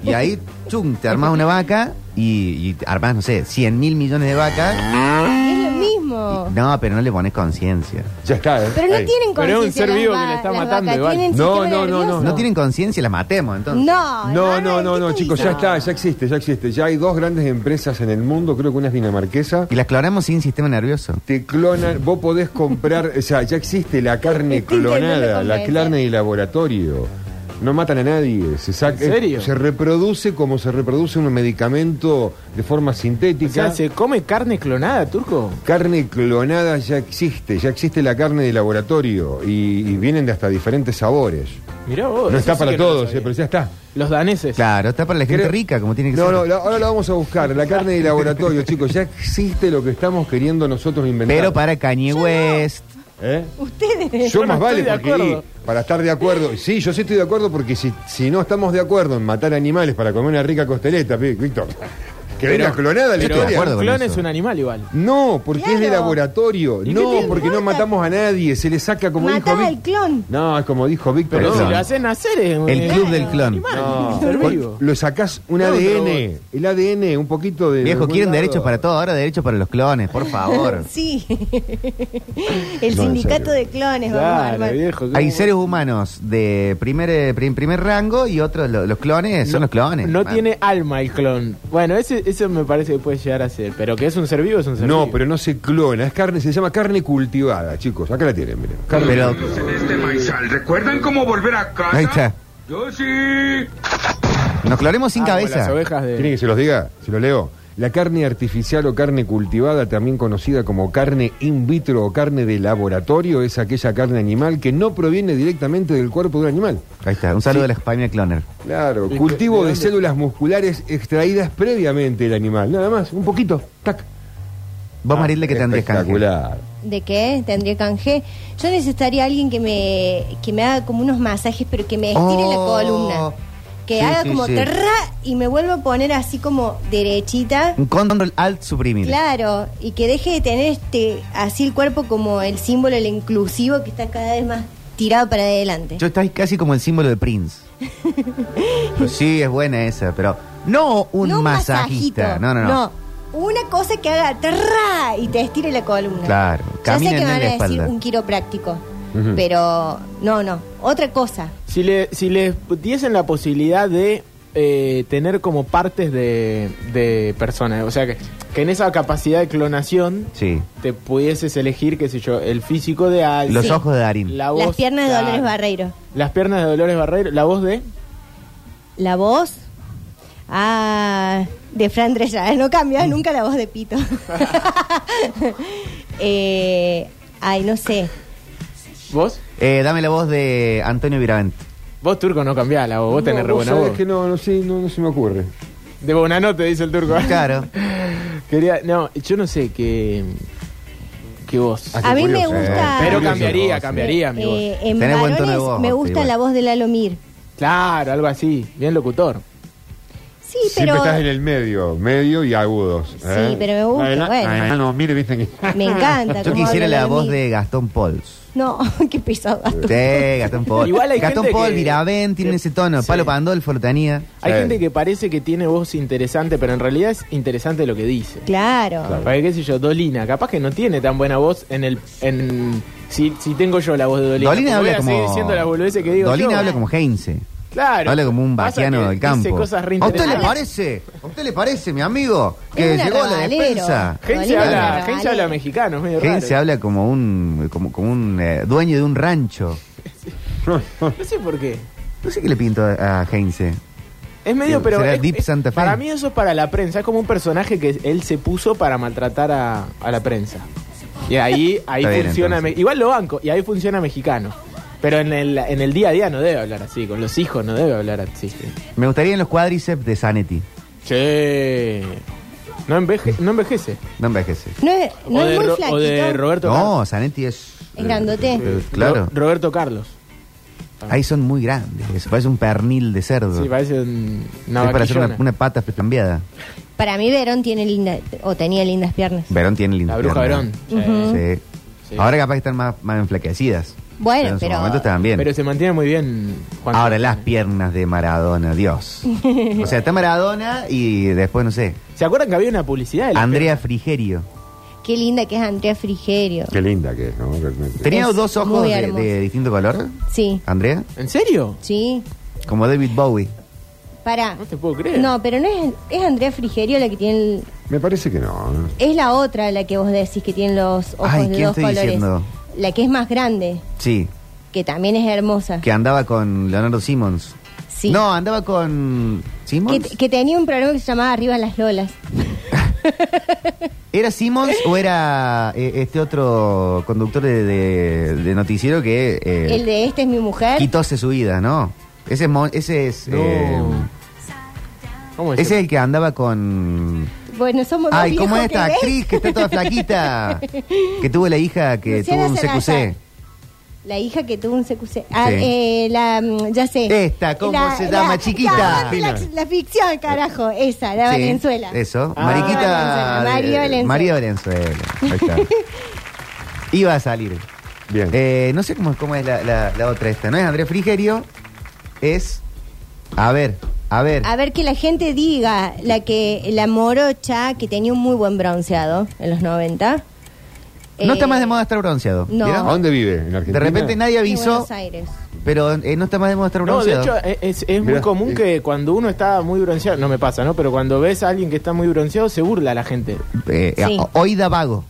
[SPEAKER 4] y ahí, chum, te armás una vaca y, y armás, no sé, 100 mil millones de vacas.
[SPEAKER 2] Es lo mismo.
[SPEAKER 4] No, pero no le pones conciencia.
[SPEAKER 1] Ya está, ¿eh?
[SPEAKER 2] Pero no
[SPEAKER 1] Ahí.
[SPEAKER 2] tienen
[SPEAKER 3] Pero es un
[SPEAKER 2] conciencia
[SPEAKER 3] ser vivo
[SPEAKER 2] las
[SPEAKER 3] que le
[SPEAKER 2] va-
[SPEAKER 3] está
[SPEAKER 2] las
[SPEAKER 3] matando
[SPEAKER 2] vacas,
[SPEAKER 3] igual.
[SPEAKER 2] tienen
[SPEAKER 1] No,
[SPEAKER 2] sistema
[SPEAKER 1] no, no,
[SPEAKER 4] No,
[SPEAKER 2] nervioso.
[SPEAKER 4] tienen conciencia, la matemos entonces.
[SPEAKER 2] Oh, No,
[SPEAKER 1] No,
[SPEAKER 2] Manuel,
[SPEAKER 1] no, no,
[SPEAKER 2] ¿qué
[SPEAKER 1] no,
[SPEAKER 2] te
[SPEAKER 1] chicos, ya
[SPEAKER 2] dicen?
[SPEAKER 1] está, ya existe, ya existe. Ya hay dos grandes empresas en el mundo, creo que una es dinamarquesa.
[SPEAKER 4] Y las clonamos sin sistema nervioso.
[SPEAKER 1] Te clonan, vos podés comprar, o sea, ya existe la carne
[SPEAKER 2] Estoy intentando
[SPEAKER 1] clonada, la
[SPEAKER 2] convencer.
[SPEAKER 1] carne de laboratorio. No matan a nadie, se saca,
[SPEAKER 3] ¿En serio?
[SPEAKER 1] se reproduce como se reproduce un medicamento de forma
[SPEAKER 3] O sea,
[SPEAKER 1] sintética.
[SPEAKER 3] ¿se come carne clonada, turco?
[SPEAKER 1] Carne clonada ya existe, ya existe la carne de laboratorio y, y vienen de hasta diferentes sabores.
[SPEAKER 3] Mirá vos.
[SPEAKER 1] No
[SPEAKER 3] Oh, eso
[SPEAKER 1] está
[SPEAKER 3] sí
[SPEAKER 1] para
[SPEAKER 3] que no lo
[SPEAKER 1] todos,
[SPEAKER 3] sabía.
[SPEAKER 1] eh, pero ya está.
[SPEAKER 3] Los daneses.
[SPEAKER 4] Claro, está para la gente
[SPEAKER 1] Creo-
[SPEAKER 4] rica, como tiene que
[SPEAKER 1] No,
[SPEAKER 4] ser.
[SPEAKER 1] no, la- ahora la vamos a buscar. La carne de laboratorio, chicos. Ya existe lo que estamos queriendo nosotros inventar.
[SPEAKER 4] Pero para Kanye West.
[SPEAKER 1] ¿Eh?
[SPEAKER 2] Ustedes.
[SPEAKER 1] Yo
[SPEAKER 3] no
[SPEAKER 1] más
[SPEAKER 3] estoy
[SPEAKER 1] vale
[SPEAKER 3] de
[SPEAKER 1] porque
[SPEAKER 3] acuerdo.
[SPEAKER 1] y, para estar de acuerdo. Sí, yo sí estoy de acuerdo porque si, si no estamos de acuerdo en matar animales para comer una rica costeleta, pi- Víctor, que venga clonada la
[SPEAKER 4] Yo estoy de
[SPEAKER 1] historia.
[SPEAKER 4] acuerdo
[SPEAKER 3] un
[SPEAKER 4] con
[SPEAKER 3] clon
[SPEAKER 4] eso.
[SPEAKER 3] es un animal igual.
[SPEAKER 1] No, porque es de
[SPEAKER 2] Claro.
[SPEAKER 1] laboratorio.
[SPEAKER 3] ¿Y
[SPEAKER 1] No,
[SPEAKER 3] qué te
[SPEAKER 1] porque no
[SPEAKER 2] importa?
[SPEAKER 1] matamos a nadie. Se le saca como
[SPEAKER 2] Matás
[SPEAKER 1] dijo
[SPEAKER 2] al
[SPEAKER 1] Víctor.
[SPEAKER 2] clon.
[SPEAKER 1] No, es como dijo Víctor.
[SPEAKER 3] Pero
[SPEAKER 4] Pero
[SPEAKER 1] no.
[SPEAKER 3] si
[SPEAKER 4] no.
[SPEAKER 3] lo hacen nacer es un-
[SPEAKER 4] El
[SPEAKER 3] es
[SPEAKER 4] club
[SPEAKER 3] un
[SPEAKER 4] del clon.
[SPEAKER 3] animal,
[SPEAKER 1] No.
[SPEAKER 3] un ser vivo.
[SPEAKER 1] Lo sacás un
[SPEAKER 3] No,
[SPEAKER 1] ADN, el ADN, un poquito de.
[SPEAKER 4] Viejo,
[SPEAKER 1] de
[SPEAKER 4] quieren
[SPEAKER 1] algún lado.
[SPEAKER 4] derechos para todo, ahora derechos para los clones, por favor.
[SPEAKER 2] Sí. El
[SPEAKER 1] No, en
[SPEAKER 2] sindicato
[SPEAKER 1] serio.
[SPEAKER 2] de clones, vamos a
[SPEAKER 3] Claro,
[SPEAKER 2] armar.
[SPEAKER 3] viejo.
[SPEAKER 4] Hay
[SPEAKER 3] ¿cómo?
[SPEAKER 4] seres humanos de primer, eh, prim- primer rango y otros, lo- los clones, son los clones.
[SPEAKER 3] No
[SPEAKER 4] man.
[SPEAKER 3] tiene alma el clon. Bueno, ese, eso me parece que puede llegar a ser. Pero que es un ser vivo, es un ser vivo.
[SPEAKER 1] No, pero no se clona, es carne, se llama carne cultivada, chicos. Acá la tienen, miren. Carne
[SPEAKER 4] Pero,
[SPEAKER 5] en este maizal. ¿Recuerdan cómo volver a casa?
[SPEAKER 4] Ahí está.
[SPEAKER 5] Yo sí.
[SPEAKER 4] nos clonemos sin
[SPEAKER 3] Ah, como
[SPEAKER 4] cabeza.
[SPEAKER 3] Ah, Las ovejas de...
[SPEAKER 1] ¿Quieren que se los diga? ¿Se los leo? La carne artificial o carne cultivada, también conocida como carne in vitro o carne de laboratorio, es aquella carne animal que no proviene directamente del cuerpo de un animal.
[SPEAKER 4] Ahí está. Un saludo de la España Cloner.
[SPEAKER 1] Claro,
[SPEAKER 3] ¿Y qué-
[SPEAKER 1] cultivo de
[SPEAKER 3] de dónde?
[SPEAKER 1] células musculares extraídas previamente del animal, nada más, un poquito, tac.
[SPEAKER 3] Ah,
[SPEAKER 4] Vos, Marilde, que tendrías canje.
[SPEAKER 1] Espectacular.
[SPEAKER 2] ¿De qué? ¿Tendría canje? Yo necesitaría alguien que me, que me haga como unos masajes, pero que me estire la
[SPEAKER 4] Oh.
[SPEAKER 2] columna. Que
[SPEAKER 4] Sí,
[SPEAKER 2] haga
[SPEAKER 4] sí,
[SPEAKER 2] como
[SPEAKER 4] sí.
[SPEAKER 2] terra y me vuelva a poner así como derechita.
[SPEAKER 4] Un control alt suprimido.
[SPEAKER 2] Claro, y que deje de tener este así el cuerpo como el símbolo, el inclusivo que está cada vez más tirado para adelante.
[SPEAKER 4] Yo estás casi como el símbolo de Prince. Pues sí, es buena esa, pero no un
[SPEAKER 2] No
[SPEAKER 4] masajista.
[SPEAKER 2] masajito,
[SPEAKER 4] No, no, no.
[SPEAKER 2] una cosa que haga terra y te estire la columna.
[SPEAKER 4] Claro,
[SPEAKER 2] Ya sé
[SPEAKER 4] camina
[SPEAKER 2] que
[SPEAKER 4] en
[SPEAKER 2] van a
[SPEAKER 4] la
[SPEAKER 2] decir
[SPEAKER 4] espalda.
[SPEAKER 2] un quiropráctico,
[SPEAKER 1] Ujú.
[SPEAKER 2] pero no, no, otra cosa.
[SPEAKER 3] Si, le, si les diesen la posibilidad de eh, tener como partes de, de personas, o sea, que, que en esa capacidad de clonación
[SPEAKER 4] Sí.
[SPEAKER 3] te pudieses elegir, qué sé yo, el físico de alguien.
[SPEAKER 4] Los
[SPEAKER 2] Sí.
[SPEAKER 4] ojos de Darín.
[SPEAKER 3] la voz,
[SPEAKER 2] Las piernas de
[SPEAKER 3] la-
[SPEAKER 2] Dolores Barreiro.
[SPEAKER 3] Las piernas de Dolores Barreiro, la voz de...
[SPEAKER 2] La voz. Ah, de Fran Drescher. Ah, No cambia nunca la voz de Pito. Eh, ay, no sé.
[SPEAKER 3] ¿Vos?
[SPEAKER 4] Eh, dame la voz de Antonio Viravente.
[SPEAKER 3] Vos, turco, no cambiá la voz, vos tenés
[SPEAKER 1] No,
[SPEAKER 3] re
[SPEAKER 1] vos
[SPEAKER 3] buena
[SPEAKER 1] sabés
[SPEAKER 3] voz.
[SPEAKER 1] que no, no, sé, no, no se me ocurre.
[SPEAKER 3] De Bonanote, dice el turco.
[SPEAKER 4] Claro.
[SPEAKER 3] Quería, no, yo no sé qué... qué voz.
[SPEAKER 1] Ah,
[SPEAKER 2] A
[SPEAKER 1] qué
[SPEAKER 2] mí me
[SPEAKER 1] curioso.
[SPEAKER 2] gusta-
[SPEAKER 3] Pero
[SPEAKER 1] Curioso.
[SPEAKER 3] cambiaría, cambiaría mi voz.
[SPEAKER 2] Eh, en
[SPEAKER 4] Tenés buen
[SPEAKER 2] varones
[SPEAKER 4] tono de voz,
[SPEAKER 2] me
[SPEAKER 4] Orti,
[SPEAKER 2] gusta
[SPEAKER 4] igual.
[SPEAKER 2] la voz de Lalo Mir.
[SPEAKER 3] Claro, algo así, bien locutor.
[SPEAKER 2] Sí,
[SPEAKER 1] Siempre
[SPEAKER 2] pero
[SPEAKER 1] estás en el medio, medio y agudos. ¿eh?
[SPEAKER 2] pero me gusta,
[SPEAKER 1] Adela-
[SPEAKER 2] bueno.
[SPEAKER 1] Ah, no, mire, viste que...
[SPEAKER 2] me encanta.
[SPEAKER 4] Yo
[SPEAKER 2] cómo
[SPEAKER 4] quisiera
[SPEAKER 2] habla
[SPEAKER 4] la
[SPEAKER 2] Lalo
[SPEAKER 4] voz
[SPEAKER 2] Mir.
[SPEAKER 4] de Gastón Pauls.
[SPEAKER 2] No, qué pesado. Gastón.
[SPEAKER 4] Sí, Gastón Paul.
[SPEAKER 3] Igual hay
[SPEAKER 4] Gastón
[SPEAKER 3] gente
[SPEAKER 4] Paul,
[SPEAKER 3] que-
[SPEAKER 4] Viravent, tiene
[SPEAKER 3] que-
[SPEAKER 4] ese tono.
[SPEAKER 3] sí.
[SPEAKER 4] Palo Pandolfo lo tenía.
[SPEAKER 3] Hay
[SPEAKER 1] Sí.
[SPEAKER 3] gente que parece que tiene voz interesante, pero en realidad es interesante lo que dice.
[SPEAKER 2] Claro.
[SPEAKER 3] Porque, qué sé yo, Dolina, capaz que no tiene tan buena voz en el... en Si, si tengo yo la voz de Dolina.
[SPEAKER 4] Dolina
[SPEAKER 3] voy
[SPEAKER 4] habla
[SPEAKER 3] a seguir
[SPEAKER 4] como.
[SPEAKER 3] diciendo las boludeces que digo
[SPEAKER 4] Dolina
[SPEAKER 3] yo.
[SPEAKER 4] habla como Heinze.
[SPEAKER 3] Claro.
[SPEAKER 4] Habla como un
[SPEAKER 3] Pasa
[SPEAKER 4] vaquiano
[SPEAKER 3] que Dice
[SPEAKER 4] del campo.
[SPEAKER 3] cosas re
[SPEAKER 4] ¿A usted le
[SPEAKER 3] interesantes.
[SPEAKER 4] parece? ¿A usted le parece, mi amigo? Que
[SPEAKER 2] Es un
[SPEAKER 4] llegó la
[SPEAKER 2] arrabalero.
[SPEAKER 4] despensa.
[SPEAKER 2] Gente
[SPEAKER 3] Heinze
[SPEAKER 2] Dolina
[SPEAKER 3] habla,
[SPEAKER 2] habla
[SPEAKER 3] Heinze
[SPEAKER 2] raro.
[SPEAKER 3] habla mexicano, es medio
[SPEAKER 4] Heinze
[SPEAKER 3] raro.
[SPEAKER 4] habla como un, como, como un eh, dueño de un rancho.
[SPEAKER 3] No sé por qué.
[SPEAKER 4] No sé qué le pinto a, a Heinze.
[SPEAKER 3] Es medio,
[SPEAKER 4] Sí,
[SPEAKER 3] pero.
[SPEAKER 4] será
[SPEAKER 3] es-
[SPEAKER 4] Deep
[SPEAKER 3] es-
[SPEAKER 4] Santa Fe.
[SPEAKER 3] Para mí eso es para la prensa. Es como un personaje que él se puso para maltratar a, a la prensa. Y ahí, ahí
[SPEAKER 4] Está bien,
[SPEAKER 3] funciona.
[SPEAKER 4] entonces.
[SPEAKER 3] me- igual lo banco, y ahí funciona mexicano. Pero en el, en el día a día no debe hablar así. Con los hijos no debe hablar así.
[SPEAKER 4] Me gustaría en los cuádriceps de Zanetti.
[SPEAKER 3] Che. No, enveje, no envejece.
[SPEAKER 4] No envejece.
[SPEAKER 2] No es, no
[SPEAKER 3] o,
[SPEAKER 2] es
[SPEAKER 3] de
[SPEAKER 2] muy
[SPEAKER 3] Ro-
[SPEAKER 2] flaquito.
[SPEAKER 3] o de Roberto Carlos.
[SPEAKER 4] No, Zanetti es.
[SPEAKER 2] Es grandote.
[SPEAKER 4] eh, claro.
[SPEAKER 3] Ro- Roberto Carlos.
[SPEAKER 4] Ahí son muy grandes. eso parece un pernil de cerdo.
[SPEAKER 3] Sí, parece un, una
[SPEAKER 4] es para hacer una,
[SPEAKER 3] vaquillona.
[SPEAKER 4] una pata cambiada.
[SPEAKER 2] Para mí Verón tiene linda o tenía lindas piernas.
[SPEAKER 4] Verón tiene linda
[SPEAKER 3] La bruja Verón.
[SPEAKER 4] pierna. Sí.
[SPEAKER 3] Sí.
[SPEAKER 4] Ahora capaz que están más, más enflaquecidas.
[SPEAKER 2] Bueno,
[SPEAKER 4] en su
[SPEAKER 2] pero-
[SPEAKER 4] momento estaban bien.
[SPEAKER 3] Pero se mantiene muy bien. cuando-
[SPEAKER 4] Ahora las piernas de Maradona, Dios. o sea, está Maradona y después, no sé,
[SPEAKER 3] ¿Se acuerdan que había una publicidad? de las
[SPEAKER 4] Andrea Frigerio.
[SPEAKER 2] Qué linda que es Andrea Frigerio.
[SPEAKER 1] Qué linda que es, ¿no? Realmente.
[SPEAKER 4] ¿Tenía
[SPEAKER 2] Es
[SPEAKER 4] dos ojos
[SPEAKER 2] muy
[SPEAKER 4] de,
[SPEAKER 2] hermosa.
[SPEAKER 4] de distinto color?
[SPEAKER 2] Sí,
[SPEAKER 4] Andrea,
[SPEAKER 3] ¿En serio?
[SPEAKER 2] sí.
[SPEAKER 4] como David Bowie.
[SPEAKER 2] Para.
[SPEAKER 3] No te puedo creer.
[SPEAKER 2] No, pero no es, es Andrea Frigerio la que tiene el-
[SPEAKER 1] Me parece que no. ¿no?
[SPEAKER 2] es la otra la que vos decís que tiene los ojos
[SPEAKER 4] Ay,
[SPEAKER 2] de
[SPEAKER 4] ¿quién
[SPEAKER 2] dos
[SPEAKER 4] estoy
[SPEAKER 2] colores.
[SPEAKER 4] diciendo?
[SPEAKER 2] La que es más grande,
[SPEAKER 4] Sí,
[SPEAKER 2] que también es hermosa.
[SPEAKER 4] que andaba con Leonardo Simmons.
[SPEAKER 2] Sí.
[SPEAKER 4] No, andaba con
[SPEAKER 2] Que,
[SPEAKER 4] Simmons.
[SPEAKER 2] que tenía un programa que se llamaba Arriba las Lolas.
[SPEAKER 4] ¿Era Simmons o era eh, este otro conductor de, de- de noticiero que eh,
[SPEAKER 2] El de Esta es mi mujer.
[SPEAKER 4] quitóse su vida, no? Ese es, Mon- ese es,
[SPEAKER 3] No. pues
[SPEAKER 4] eh,
[SPEAKER 3] ¿Cómo
[SPEAKER 4] ese es
[SPEAKER 3] decirlo?
[SPEAKER 4] el que andaba con
[SPEAKER 2] Bueno, somos dos
[SPEAKER 4] Ay, ¿cómo
[SPEAKER 2] viejos
[SPEAKER 4] es esta
[SPEAKER 2] que ves.
[SPEAKER 4] actriz que está toda flaquita? que tuvo la hija que
[SPEAKER 2] Luciana
[SPEAKER 4] tuvo un
[SPEAKER 2] Salazar.
[SPEAKER 4] CQC.
[SPEAKER 2] La hija que tuvo un CQC. Ah,
[SPEAKER 4] Sí.
[SPEAKER 2] eh, la, mm, ya sé.
[SPEAKER 4] Esta, ¿cómo se llama, chiquita?
[SPEAKER 2] La, la- la ficción, carajo. Esa, la
[SPEAKER 4] Sí,
[SPEAKER 2] Valenzuela.
[SPEAKER 4] Eso,
[SPEAKER 3] Ah.
[SPEAKER 4] Mariquita. eh,
[SPEAKER 2] María Valenzuela.
[SPEAKER 4] María Valenzuela. Ahí está. Iba a salir.
[SPEAKER 1] Bien.
[SPEAKER 4] Eh, no sé cómo, cómo es la, la- la otra esta. No es Andrés Frigerio, es. A ver, a ver.
[SPEAKER 2] A ver que la gente diga, la que la morocha, que tenía un muy buen bronceado en los 90.
[SPEAKER 4] no
[SPEAKER 2] Eh,
[SPEAKER 4] está más de moda estar bronceado.
[SPEAKER 2] no.
[SPEAKER 1] ¿A
[SPEAKER 4] ¿vieron?
[SPEAKER 1] dónde vive? ¿En
[SPEAKER 4] De
[SPEAKER 1] Argentina?
[SPEAKER 4] repente nadie
[SPEAKER 2] de
[SPEAKER 4] avisó,
[SPEAKER 2] Buenos Aires.
[SPEAKER 4] pero eh, no está más de moda estar
[SPEAKER 3] No, de
[SPEAKER 4] bronceado.
[SPEAKER 3] hecho, es, es- es muy
[SPEAKER 1] Mirá,
[SPEAKER 3] común
[SPEAKER 1] eh.
[SPEAKER 3] que cuando uno está muy bronceado, no me pasa, ¿no? Pero cuando ves a alguien que está muy bronceado, se burla la gente.
[SPEAKER 4] Eh,
[SPEAKER 2] Sí.
[SPEAKER 4] a- Hoy da vago.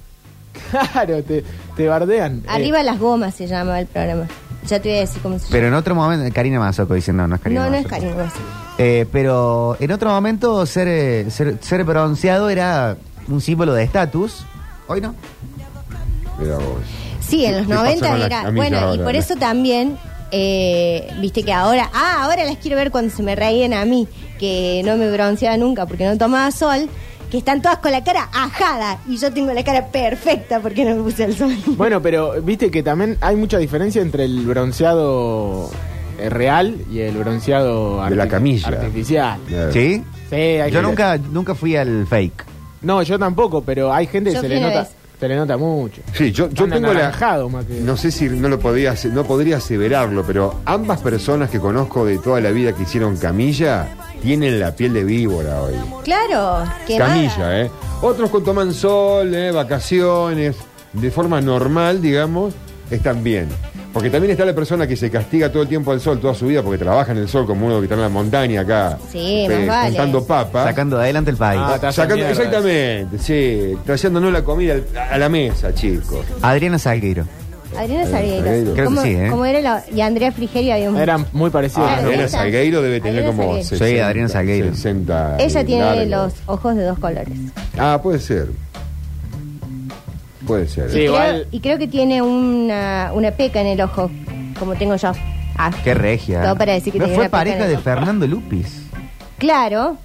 [SPEAKER 3] Claro, te, te bardean. Eh,
[SPEAKER 2] Arriba las gomas se llama el programa. Ya te voy a decir cómo se llama.
[SPEAKER 4] Pero en otro momento, Karina Mazoco dice, no, no es Karina
[SPEAKER 2] no, no es
[SPEAKER 4] Mazoco.
[SPEAKER 2] Karina Mazoco.
[SPEAKER 4] Eh, pero en otro momento ser, eh, ser, ser bronceado era un símbolo de estatus. Hoy no.
[SPEAKER 1] Mira vos.
[SPEAKER 2] Sí, en los
[SPEAKER 1] ¿Qué pasó
[SPEAKER 2] 90
[SPEAKER 1] con la
[SPEAKER 2] era.
[SPEAKER 1] camisa
[SPEAKER 2] Bueno, y
[SPEAKER 1] ahora?
[SPEAKER 2] por eso también, eh, viste que ahora. Ah, ahora las quiero ver cuando se me reían a mí, que no me bronceaba nunca porque no tomaba sol, que están todas con la cara ajada y yo tengo la cara perfecta porque no me puse el sol.
[SPEAKER 3] Bueno, pero viste que también hay mucha diferencia entre el bronceado eh, real y el bronceado
[SPEAKER 1] De la
[SPEAKER 3] arti-
[SPEAKER 1] camilla.
[SPEAKER 3] artificial.
[SPEAKER 1] Claro.
[SPEAKER 4] ¿Sí?
[SPEAKER 3] Sí, hay
[SPEAKER 4] Yo
[SPEAKER 3] gente-
[SPEAKER 4] nunca, nunca fui al fake.
[SPEAKER 3] No, yo tampoco, pero hay gente que
[SPEAKER 2] Yo
[SPEAKER 3] se
[SPEAKER 2] fui
[SPEAKER 3] le
[SPEAKER 2] una
[SPEAKER 3] nota
[SPEAKER 2] vez.
[SPEAKER 3] se le nota mucho.
[SPEAKER 1] Sí, yo, yo
[SPEAKER 3] Tan
[SPEAKER 1] tengo la.
[SPEAKER 3] anaranjado, más que-
[SPEAKER 1] No sé si no lo podría, ase- no podría aseverarlo, pero ambas personas que conozco de toda la vida que hicieron camilla tienen la piel de víbora hoy.
[SPEAKER 2] Claro, que
[SPEAKER 1] Camilla, ¿eh? Otros con toman sol, ¿eh? vacaciones, de forma normal, digamos, están bien. Porque también está la persona que se castiga todo el tiempo al sol, toda su vida, porque trabaja en el sol como uno que está en la montaña acá. eh,
[SPEAKER 2] Sí, más vale.
[SPEAKER 1] Plantando papa.
[SPEAKER 4] Sacando adelante el país.
[SPEAKER 3] Ah, está.
[SPEAKER 1] Sacando-
[SPEAKER 3] Mierda.
[SPEAKER 1] exactamente, sí. Trayéndonos la comida al- a la mesa, chicos.
[SPEAKER 4] Adriana Salgueiro.
[SPEAKER 2] Adriana Salgueiro.
[SPEAKER 1] Salgueiro.
[SPEAKER 4] Creo que
[SPEAKER 2] ¿Cómo-
[SPEAKER 4] sí, ¿eh?
[SPEAKER 2] cómo era la- y Andrea Frigerio había un-
[SPEAKER 3] Eran muy parecidos.
[SPEAKER 2] Ah,
[SPEAKER 3] ¿no?
[SPEAKER 1] Adriana
[SPEAKER 2] esa.
[SPEAKER 1] Salgueiro debe tener
[SPEAKER 2] Adriana
[SPEAKER 1] como
[SPEAKER 2] Salgueiro.
[SPEAKER 4] Sí, Adriana Salgueiro.
[SPEAKER 1] 60
[SPEAKER 2] Ella tiene
[SPEAKER 1] largos.
[SPEAKER 2] los ojos de dos colores.
[SPEAKER 1] Ah, puede ser. Puede ser. ¿eh?
[SPEAKER 3] Sí.
[SPEAKER 2] Creo-
[SPEAKER 3] Igual-
[SPEAKER 2] y creo que tiene una, una peca en el ojo, como tengo yo. Ah.
[SPEAKER 4] Qué regia.
[SPEAKER 2] Todo para decir que
[SPEAKER 4] no
[SPEAKER 2] tenía
[SPEAKER 4] fue
[SPEAKER 2] una pecana
[SPEAKER 4] pareja
[SPEAKER 2] en
[SPEAKER 4] de
[SPEAKER 2] el-
[SPEAKER 4] Fernando Lupis.
[SPEAKER 2] Claro,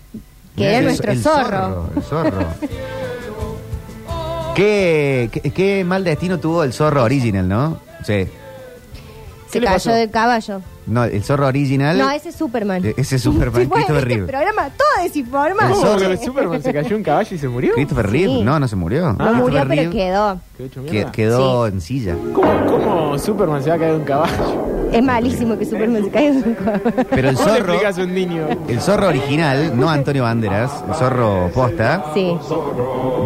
[SPEAKER 2] que era
[SPEAKER 4] El-
[SPEAKER 2] nuestro
[SPEAKER 4] el
[SPEAKER 2] zorro.
[SPEAKER 4] El zorro. qué, qué- qué mal destino tuvo el zorro original, ¿no? Sí.
[SPEAKER 3] ¿Qué
[SPEAKER 2] Se
[SPEAKER 3] le
[SPEAKER 2] cayó
[SPEAKER 3] pasó?
[SPEAKER 2] del caballo.
[SPEAKER 4] No, el zorro original.
[SPEAKER 2] No, ese es Superman.
[SPEAKER 4] E- ese Ah, es Superman,
[SPEAKER 2] Sí, bueno,
[SPEAKER 4] Christopher
[SPEAKER 2] este
[SPEAKER 4] Reeve.
[SPEAKER 2] programa todo desinforma.
[SPEAKER 4] El
[SPEAKER 3] ¿Cómo
[SPEAKER 4] zorro.
[SPEAKER 3] que Superman se cayó un caballo y se murió?
[SPEAKER 4] Christopher
[SPEAKER 2] Sí.
[SPEAKER 4] Reeve. No, no se murió.
[SPEAKER 2] No murió,
[SPEAKER 4] Christopher
[SPEAKER 2] pero
[SPEAKER 4] Reeve
[SPEAKER 2] quedó.
[SPEAKER 3] Quedó hecho
[SPEAKER 4] que-
[SPEAKER 3] mierda.
[SPEAKER 4] quedó en silla.
[SPEAKER 3] ¿Cómo, cómo Superman se va a caer de un caballo?
[SPEAKER 2] Es malísimo que Superman se caiga de un caballo.
[SPEAKER 4] Pero el
[SPEAKER 3] ¿Cómo le
[SPEAKER 4] zorro.
[SPEAKER 3] explicas a un niño?
[SPEAKER 4] El zorro original, no Antonio Banderas, el zorro posta,
[SPEAKER 2] Sí.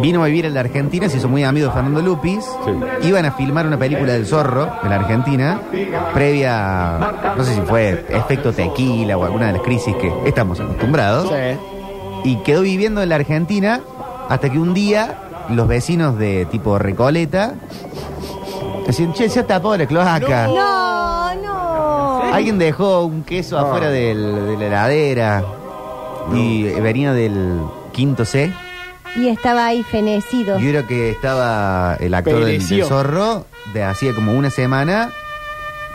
[SPEAKER 4] vino a vivir en la Argentina, se hizo muy amigo de Fernando Lupis.
[SPEAKER 1] Sí.
[SPEAKER 4] Iban a filmar una película del zorro en la Argentina, previa, a- no sé si fue efecto tequila o alguna de las crisis que estamos acostumbrados.
[SPEAKER 3] Sí.
[SPEAKER 4] Y quedó viviendo en la Argentina hasta que un día los vecinos de tipo Recoleta decían, che, se ha tapado la cloaca.
[SPEAKER 2] No, no.
[SPEAKER 4] Alguien dejó un queso afuera del- de la heladera y venía del quinto C.
[SPEAKER 2] Y estaba ahí fenecido.
[SPEAKER 4] Yo creo que estaba el actor del, del
[SPEAKER 3] Pereció.
[SPEAKER 4] zorro de hacía como una semana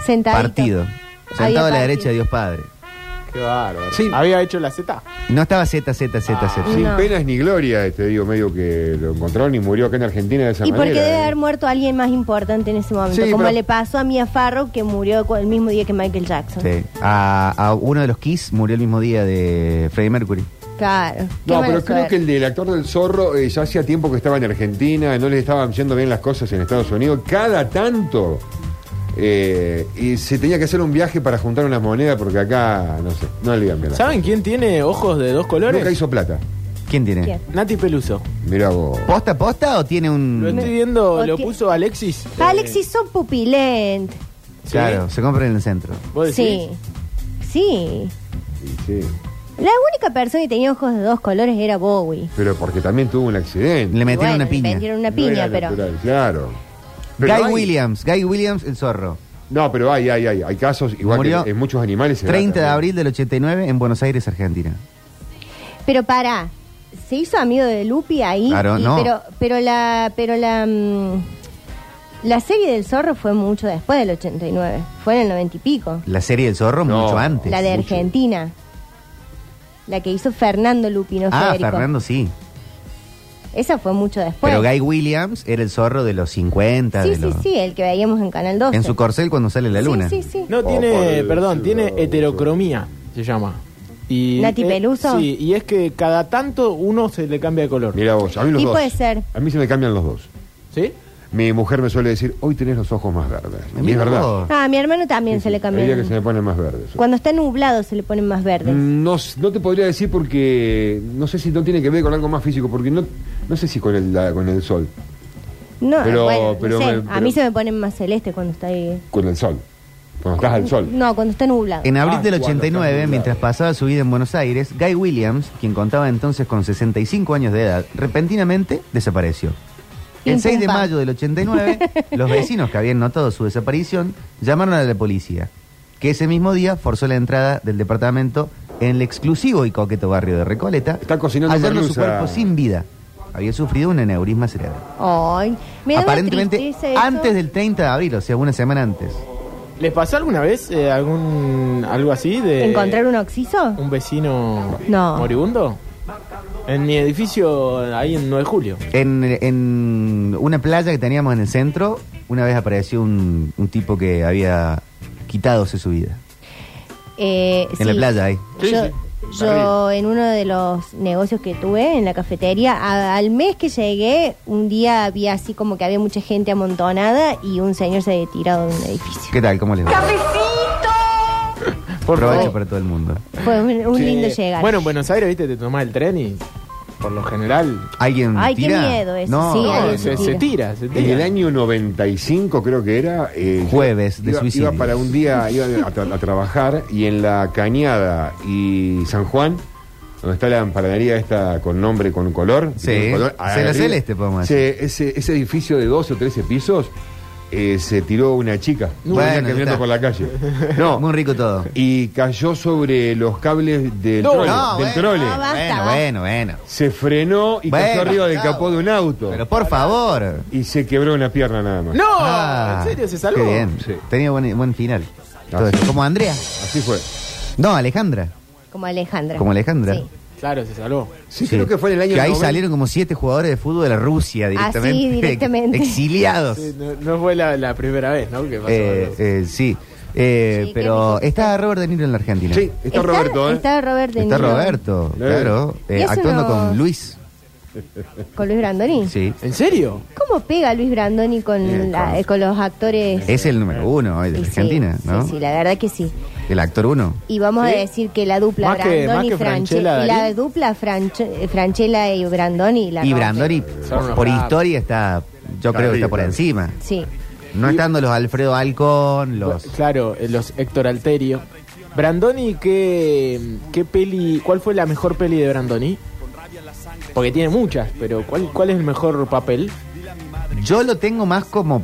[SPEAKER 2] Sentadito.
[SPEAKER 4] partido.
[SPEAKER 2] Había
[SPEAKER 4] Sentado a la
[SPEAKER 2] partido.
[SPEAKER 4] derecha de Dios Padre.
[SPEAKER 3] Qué bárbaro.
[SPEAKER 1] Sí.
[SPEAKER 3] Había hecho la Z.
[SPEAKER 4] No estaba Z, Z, Z, Z.
[SPEAKER 1] Sin
[SPEAKER 2] No.
[SPEAKER 1] penas ni gloria, eh, te digo, medio que lo encontraron y murió acá en Argentina de esa
[SPEAKER 2] Y
[SPEAKER 1] manera.
[SPEAKER 2] porque debe
[SPEAKER 1] ¿eh?
[SPEAKER 2] haber muerto alguien más importante en ese momento,
[SPEAKER 1] Sí,
[SPEAKER 2] como
[SPEAKER 1] pero-
[SPEAKER 2] le pasó a Mia Farrow que murió cu- el mismo día que Michael Jackson.
[SPEAKER 4] Sí. A, a uno de los Kiss murió el mismo día de Freddie Mercury.
[SPEAKER 2] Claro. Qué
[SPEAKER 1] No,
[SPEAKER 2] mala
[SPEAKER 1] pero creo
[SPEAKER 2] suerte.
[SPEAKER 1] que el del actor del zorro eh, ya hacía tiempo que estaba en Argentina, no le estaban yendo bien las cosas en Estados Unidos. Cada tanto eh, y se tenía que hacer un viaje para juntar unas monedas porque acá, no sé, no le iban bien. las
[SPEAKER 3] ¿Saben quién tiene ojos de dos
[SPEAKER 1] cosas.
[SPEAKER 3] colores?
[SPEAKER 1] Nunca hizo plata.
[SPEAKER 4] ¿Quién tiene?
[SPEAKER 2] ¿Quién?
[SPEAKER 3] Nati Peluso.
[SPEAKER 1] Mirá vos.
[SPEAKER 4] ¿Posta, posta o tiene
[SPEAKER 3] Lo
[SPEAKER 4] un...?
[SPEAKER 3] estoy viendo,
[SPEAKER 2] ¿Por
[SPEAKER 3] lo
[SPEAKER 2] qué?
[SPEAKER 3] puso Alexis. eh,
[SPEAKER 2] Mm. Ah, Alexis son pupilent.
[SPEAKER 3] ¿sí?
[SPEAKER 4] Claro, se compra en el centro.
[SPEAKER 3] ¿Vos
[SPEAKER 2] Sí.
[SPEAKER 3] decís?
[SPEAKER 2] Sí.
[SPEAKER 1] Sí, sí.
[SPEAKER 2] La única persona que tenía ojos de dos colores era Bowie.
[SPEAKER 1] Pero porque también tuvo un accidente.
[SPEAKER 4] Le metieron
[SPEAKER 2] Bueno,
[SPEAKER 4] una
[SPEAKER 2] le
[SPEAKER 4] piña.
[SPEAKER 2] metieron una
[SPEAKER 1] No
[SPEAKER 2] piña,
[SPEAKER 1] era
[SPEAKER 2] pero.
[SPEAKER 1] natural, claro. Pero
[SPEAKER 4] Guy
[SPEAKER 1] hay-
[SPEAKER 4] Williams, Guy Williams, el zorro.
[SPEAKER 1] No, pero hay, hay, hay. Hay casos igual
[SPEAKER 4] Murió
[SPEAKER 1] que en muchos animales. se da
[SPEAKER 4] 30 de
[SPEAKER 1] también.
[SPEAKER 4] abril del 89 en Buenos Aires, Argentina.
[SPEAKER 2] Pero para. Se hizo amigo de Lupi ahí.
[SPEAKER 4] Claro,
[SPEAKER 2] y-
[SPEAKER 4] no.
[SPEAKER 2] Pero, pero la. Pero la. mm, la serie del zorro fue mucho después del 89. Fue en el 90 y pico.
[SPEAKER 4] La serie del zorro
[SPEAKER 1] No.
[SPEAKER 4] mucho antes.
[SPEAKER 2] La de
[SPEAKER 1] mucho.
[SPEAKER 2] Argentina. La que hizo Fernando Lupi, no
[SPEAKER 4] ah,
[SPEAKER 2] Federico.
[SPEAKER 4] Fernando sí.
[SPEAKER 2] Esa fue mucho después.
[SPEAKER 4] Pero Guy Williams era el zorro de los 50.
[SPEAKER 2] Sí,
[SPEAKER 4] de
[SPEAKER 2] sí,
[SPEAKER 4] los-
[SPEAKER 2] sí, el que veíamos en Canal 12.
[SPEAKER 4] En su corcel cuando sale la luna.
[SPEAKER 2] Sí, sí, sí.
[SPEAKER 3] No
[SPEAKER 1] Oh,
[SPEAKER 3] tiene,
[SPEAKER 1] por
[SPEAKER 3] perdón,
[SPEAKER 1] el
[SPEAKER 3] tiene
[SPEAKER 1] cielo.
[SPEAKER 3] heterocromía, se llama. Y
[SPEAKER 2] ¿Nati
[SPEAKER 3] eh,
[SPEAKER 2] Peluso?
[SPEAKER 3] Sí, y es que cada tanto uno se le cambia de color.
[SPEAKER 1] Mira vos, a mí los
[SPEAKER 2] Y
[SPEAKER 1] dos.
[SPEAKER 2] puede ser.
[SPEAKER 1] A mí se me cambian los dos.
[SPEAKER 3] ¿Sí?
[SPEAKER 1] Mi mujer me suele decir, hoy tenés los ojos más verdes. Y es
[SPEAKER 4] Mira
[SPEAKER 1] verdad.
[SPEAKER 4] vos.
[SPEAKER 2] Ah, a mi hermano también se le
[SPEAKER 1] Hay días
[SPEAKER 2] cambió.
[SPEAKER 1] que se me ponen más verdes.
[SPEAKER 2] Cuando está nublado se le ponen más verdes.
[SPEAKER 1] Mm, No, s- no te podría decir porque no sé si no tiene que ver con algo más físico, porque no, no sé si con el, la- con el sol.
[SPEAKER 2] No,
[SPEAKER 1] Pero-
[SPEAKER 2] bueno, no
[SPEAKER 1] pero
[SPEAKER 2] sé,
[SPEAKER 1] me-
[SPEAKER 2] a
[SPEAKER 1] pero-
[SPEAKER 2] mí se me ponen más celeste cuando está ahí.
[SPEAKER 1] Con el sol. Cuando estás al sol.
[SPEAKER 2] No, cuando está nublado.
[SPEAKER 4] En abril
[SPEAKER 1] Ah,
[SPEAKER 4] del
[SPEAKER 1] cuando está
[SPEAKER 4] 89,
[SPEAKER 1] nublado.
[SPEAKER 4] mientras pasaba su vida en Buenos Aires, Guy Williams, quien contaba entonces con 65 años de edad, repentinamente desapareció. El
[SPEAKER 2] Pim,
[SPEAKER 4] 6
[SPEAKER 2] pum,
[SPEAKER 4] de
[SPEAKER 2] pam.
[SPEAKER 4] mayo del 89, los vecinos que habían notado su desaparición llamaron a la policía, que ese mismo día forzó la entrada del departamento en el exclusivo y coqueto barrio de Recoleta,
[SPEAKER 1] Está cocinando
[SPEAKER 4] hallando su
[SPEAKER 1] merluza.
[SPEAKER 4] cuerpo sin vida. Había sufrido un aneurisma cerebral.
[SPEAKER 2] Ay, me da una
[SPEAKER 4] Aparentemente
[SPEAKER 2] tristeza eso.
[SPEAKER 4] antes del 30 de abril, o sea, una semana antes.
[SPEAKER 3] ¿Les pasó alguna vez eh, algún algo así de
[SPEAKER 2] ¿Encontrar un oxiso?
[SPEAKER 3] un vecino
[SPEAKER 2] No.
[SPEAKER 3] moribundo? En mi edificio, ahí en 9 de julio.
[SPEAKER 4] En, en una playa que teníamos en el centro, una vez apareció un, un tipo que había quitadose su vida.
[SPEAKER 2] Eh,
[SPEAKER 4] En la playa ahí.
[SPEAKER 3] Sí,
[SPEAKER 2] yo,
[SPEAKER 3] sí.
[SPEAKER 2] yo en uno de los negocios que tuve en la cafetería, a- al mes que llegué, un día había así como que había mucha gente amontonada y un señor se había tirado de un edificio.
[SPEAKER 4] ¿Qué tal? ¿Cómo les va?
[SPEAKER 3] Por
[SPEAKER 4] Provecho
[SPEAKER 3] favor.
[SPEAKER 4] para todo el mundo.
[SPEAKER 2] Fue un, un
[SPEAKER 3] Sí.
[SPEAKER 2] lindo llegar.
[SPEAKER 3] Bueno, en Buenos Aires, viste, te tomás el tren y por lo general
[SPEAKER 4] ¿Alguien
[SPEAKER 2] Ay, qué
[SPEAKER 4] tira?
[SPEAKER 2] miedo eso,
[SPEAKER 4] No,
[SPEAKER 2] sí,
[SPEAKER 4] no,
[SPEAKER 2] alguien
[SPEAKER 4] ese-
[SPEAKER 3] se, se tira, se
[SPEAKER 1] En
[SPEAKER 3] tira.
[SPEAKER 1] el año 95 creo que era... eh,
[SPEAKER 4] Jueves de
[SPEAKER 1] iba,
[SPEAKER 4] suicidios.
[SPEAKER 1] Iba para un día, iba a, tra- a trabajar y en la Cañada y San Juan, donde está la empanadería esta con nombre, con color.
[SPEAKER 4] Sí,
[SPEAKER 1] con color,
[SPEAKER 4] Celo
[SPEAKER 1] arriba,
[SPEAKER 4] Celeste, podemos
[SPEAKER 1] sí, ese, ese edificio de 12 o 13 pisos eh, se tiró una chica.
[SPEAKER 4] Bueno,
[SPEAKER 1] venía
[SPEAKER 4] ya
[SPEAKER 1] caminando
[SPEAKER 4] está.
[SPEAKER 1] por la calle. No,
[SPEAKER 4] Muy rico todo.
[SPEAKER 1] y cayó sobre los cables del
[SPEAKER 3] No,
[SPEAKER 1] trole.
[SPEAKER 4] no,
[SPEAKER 1] del
[SPEAKER 4] bueno,
[SPEAKER 1] trole.
[SPEAKER 2] no, basta,
[SPEAKER 4] Bueno,
[SPEAKER 2] basta.
[SPEAKER 4] bueno, bueno.
[SPEAKER 1] Se frenó y
[SPEAKER 4] Bueno,
[SPEAKER 1] cayó arriba del
[SPEAKER 4] chao.
[SPEAKER 1] capó de un auto.
[SPEAKER 4] Pero por favor.
[SPEAKER 1] Y se quebró una pierna nada más.
[SPEAKER 3] ¡No!
[SPEAKER 4] Ah,
[SPEAKER 3] ¿En serio se salvó?
[SPEAKER 4] Qué bien.
[SPEAKER 1] Sí. Ah,
[SPEAKER 4] Tenía buen, buen final. Todo
[SPEAKER 1] sí.
[SPEAKER 4] esto. Como Andrea.
[SPEAKER 1] Así fue.
[SPEAKER 4] No, Alejandra.
[SPEAKER 2] como Alejandra.
[SPEAKER 4] Como Alejandra.
[SPEAKER 2] Sí.
[SPEAKER 3] Claro, se salvó.
[SPEAKER 1] Sí, creo que fue en el año
[SPEAKER 4] Que ahí
[SPEAKER 1] 90.
[SPEAKER 4] salieron como siete jugadores de fútbol de la Rusia directamente.
[SPEAKER 2] Ah, directamente.
[SPEAKER 4] Exiliados.
[SPEAKER 3] Sí, no, no fue la, la primera vez, ¿no? Que pasó
[SPEAKER 4] Eh,
[SPEAKER 3] algo.
[SPEAKER 4] eh, sí. Eh,
[SPEAKER 2] Sí, qué
[SPEAKER 4] pero
[SPEAKER 2] rico.
[SPEAKER 4] está Robert De Niro en la Argentina.
[SPEAKER 1] Sí, está, Roberto, ¿eh?
[SPEAKER 2] Está Robert De
[SPEAKER 4] Está
[SPEAKER 2] Niro.
[SPEAKER 4] Roberto,
[SPEAKER 1] Eh.
[SPEAKER 4] claro. eh,
[SPEAKER 2] Y eso
[SPEAKER 4] actuando
[SPEAKER 2] no-
[SPEAKER 4] con Luis.
[SPEAKER 2] Con Luis Brandoni.
[SPEAKER 4] Sí.
[SPEAKER 3] ¿En serio?
[SPEAKER 2] ¿Cómo pega Luis Brandoni con, la- eh, con los actores?
[SPEAKER 4] Es el número uno hoy de la
[SPEAKER 2] Sí,
[SPEAKER 4] Argentina,
[SPEAKER 2] sí,
[SPEAKER 4] ¿no?
[SPEAKER 2] Sí, la verdad que sí.
[SPEAKER 4] El actor uno.
[SPEAKER 2] Y vamos
[SPEAKER 3] ¿Sí?
[SPEAKER 2] a decir que la dupla
[SPEAKER 3] Más que- más
[SPEAKER 2] Brandoni
[SPEAKER 3] que
[SPEAKER 2] y
[SPEAKER 3] Franchella,
[SPEAKER 2] Franche- y la
[SPEAKER 3] Darín.
[SPEAKER 2] dupla Franch- eh, Franchella y Brandoni la
[SPEAKER 4] Y
[SPEAKER 2] rompen.
[SPEAKER 4] Brandoni,
[SPEAKER 3] Eh, Son unos
[SPEAKER 4] por
[SPEAKER 3] bravos.
[SPEAKER 4] historia, está. Yo creo que está por
[SPEAKER 1] arriba.
[SPEAKER 4] encima.
[SPEAKER 2] Sí.
[SPEAKER 4] No estando los Alfredo Alcón, los.
[SPEAKER 3] Claro, eh, los Héctor Alterio. Brandoni, ¿qué, ¿qué peli, cuál fue la mejor peli de Brandoni? Porque tiene muchas, pero ¿cuál, cuál es el mejor papel?
[SPEAKER 4] Yo lo tengo más como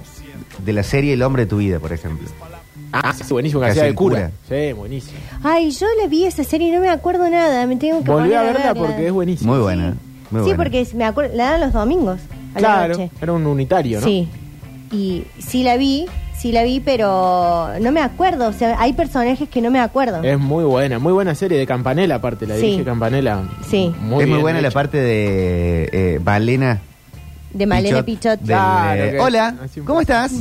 [SPEAKER 4] de la serie El hombre de tu vida, por ejemplo.
[SPEAKER 3] Ah, es buenísimo, que
[SPEAKER 4] Casi
[SPEAKER 3] hacía de
[SPEAKER 4] el
[SPEAKER 3] cura. Sí, buenísimo.
[SPEAKER 2] Ay, yo le vi esa serie y no me acuerdo nada. Me tengo que
[SPEAKER 3] Volví
[SPEAKER 2] poner
[SPEAKER 3] a verla porque es buenísimo.
[SPEAKER 4] Muy buena.
[SPEAKER 2] sí,
[SPEAKER 4] Muy buena.
[SPEAKER 2] porque es- me acuerdo, la dan los domingos a la
[SPEAKER 3] Claro,
[SPEAKER 2] noche.
[SPEAKER 3] era un unitario, ¿no?
[SPEAKER 2] Sí. Y sí la vi, sí la vi, pero no me acuerdo. O sea, hay personajes que no me acuerdo.
[SPEAKER 3] Es muy buena, muy buena serie de Campanela aparte, la
[SPEAKER 2] Sí.
[SPEAKER 3] dirige Campanela.
[SPEAKER 2] Sí.
[SPEAKER 4] es muy
[SPEAKER 3] bien
[SPEAKER 4] buena la
[SPEAKER 3] hecha.
[SPEAKER 4] parte de eh, Valena.
[SPEAKER 2] de Malena Pichot. Ah,
[SPEAKER 4] Pichot, del,
[SPEAKER 3] Claro
[SPEAKER 4] eh,
[SPEAKER 3] que-
[SPEAKER 4] Hola,
[SPEAKER 3] así un-
[SPEAKER 4] ¿cómo estás?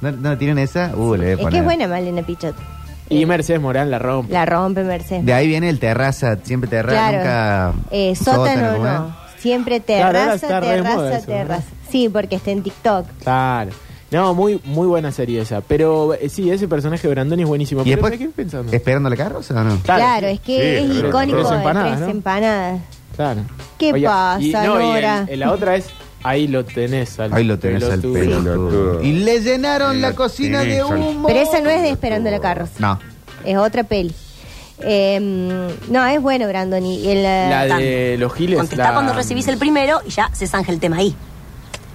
[SPEAKER 4] ¿No, no tienen esa? Uh, le voy a
[SPEAKER 2] Es que
[SPEAKER 4] poner.
[SPEAKER 2] es buena Malena Pichot.
[SPEAKER 3] Y Mercedes Morán la rompe.
[SPEAKER 2] La rompe Mercedes.
[SPEAKER 4] De ahí viene el terraza, siempre terraza, nunca.
[SPEAKER 2] Eh, sótano,
[SPEAKER 4] ¿cómo es?
[SPEAKER 2] no. Siempre
[SPEAKER 3] Claro, ahora
[SPEAKER 2] terraza,
[SPEAKER 3] está re de moda
[SPEAKER 2] terraza,
[SPEAKER 3] eso, ¿no?
[SPEAKER 2] terraza. Sí, porque está en TikTok.
[SPEAKER 3] Claro. No, muy, muy buena serie esa. Pero eh, sí, ese personaje de Brandoni es buenísimo.
[SPEAKER 4] Y
[SPEAKER 3] Pero
[SPEAKER 4] después,
[SPEAKER 3] ¿me quedé pensando?
[SPEAKER 4] ¿esperando la carroza o no?
[SPEAKER 2] Claro,
[SPEAKER 3] sí.
[SPEAKER 2] es que
[SPEAKER 1] Sí,
[SPEAKER 2] es
[SPEAKER 1] pero-
[SPEAKER 2] icónico
[SPEAKER 1] pero
[SPEAKER 3] es
[SPEAKER 2] de
[SPEAKER 3] empanadas,
[SPEAKER 2] tres
[SPEAKER 3] ¿no?
[SPEAKER 2] empanadas.
[SPEAKER 3] Claro.
[SPEAKER 2] ¿Qué pasa,
[SPEAKER 3] y, no, y el-
[SPEAKER 2] Nora?
[SPEAKER 3] el- la otra es, ahí lo tenés al
[SPEAKER 4] Ahí lo tenés al
[SPEAKER 3] pelotudo.
[SPEAKER 4] pelotudo.
[SPEAKER 1] Sí.
[SPEAKER 4] Y le llenaron la
[SPEAKER 1] Lo
[SPEAKER 4] cocina
[SPEAKER 1] tenés
[SPEAKER 4] de
[SPEAKER 1] al-
[SPEAKER 4] humo.
[SPEAKER 2] Pero esa no es de Esperando la Carroza.
[SPEAKER 4] No.
[SPEAKER 2] Es otra peli. Eh, no, es bueno, Brandon. Y el, eh,
[SPEAKER 3] La de los giles.
[SPEAKER 6] Contestá
[SPEAKER 3] la-
[SPEAKER 6] cuando recibís el primero y ya se zanja el tema ahí.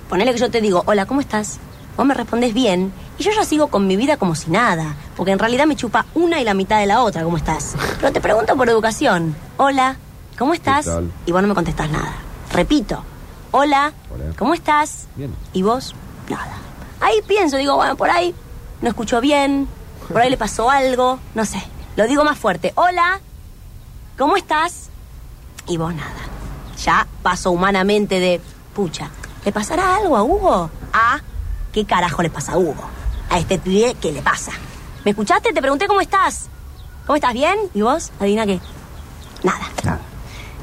[SPEAKER 6] Ponele que yo te digo, hola, ¿cómo estás? Vos me respondes bien y yo ya sigo con mi vida como si nada, porque en realidad me chupa una y la mitad de la otra, ¿cómo estás? Pero te pregunto por educación, hola, ¿cómo estás?
[SPEAKER 1] ¿Qué tal?
[SPEAKER 6] Y vos no me contestás nada. Repito, hola,
[SPEAKER 1] Hola.
[SPEAKER 6] ¿cómo estás?
[SPEAKER 1] Bien.
[SPEAKER 6] Y vos, nada. Ahí pienso, digo, bueno, por ahí no escuchó bien, por ahí le pasó algo, no sé. Lo digo más fuerte, hola, ¿cómo estás? Y vos nada. Ya paso humanamente de, pucha, ¿le pasará algo a Hugo? Ah, ¿qué carajo le pasa a Hugo? A este pibe, ¿qué le pasa? ¿Me escuchaste? Te pregunté cómo estás. ¿Cómo estás bien? ¿Y vos? Adivina qué. Nada,
[SPEAKER 4] Nada.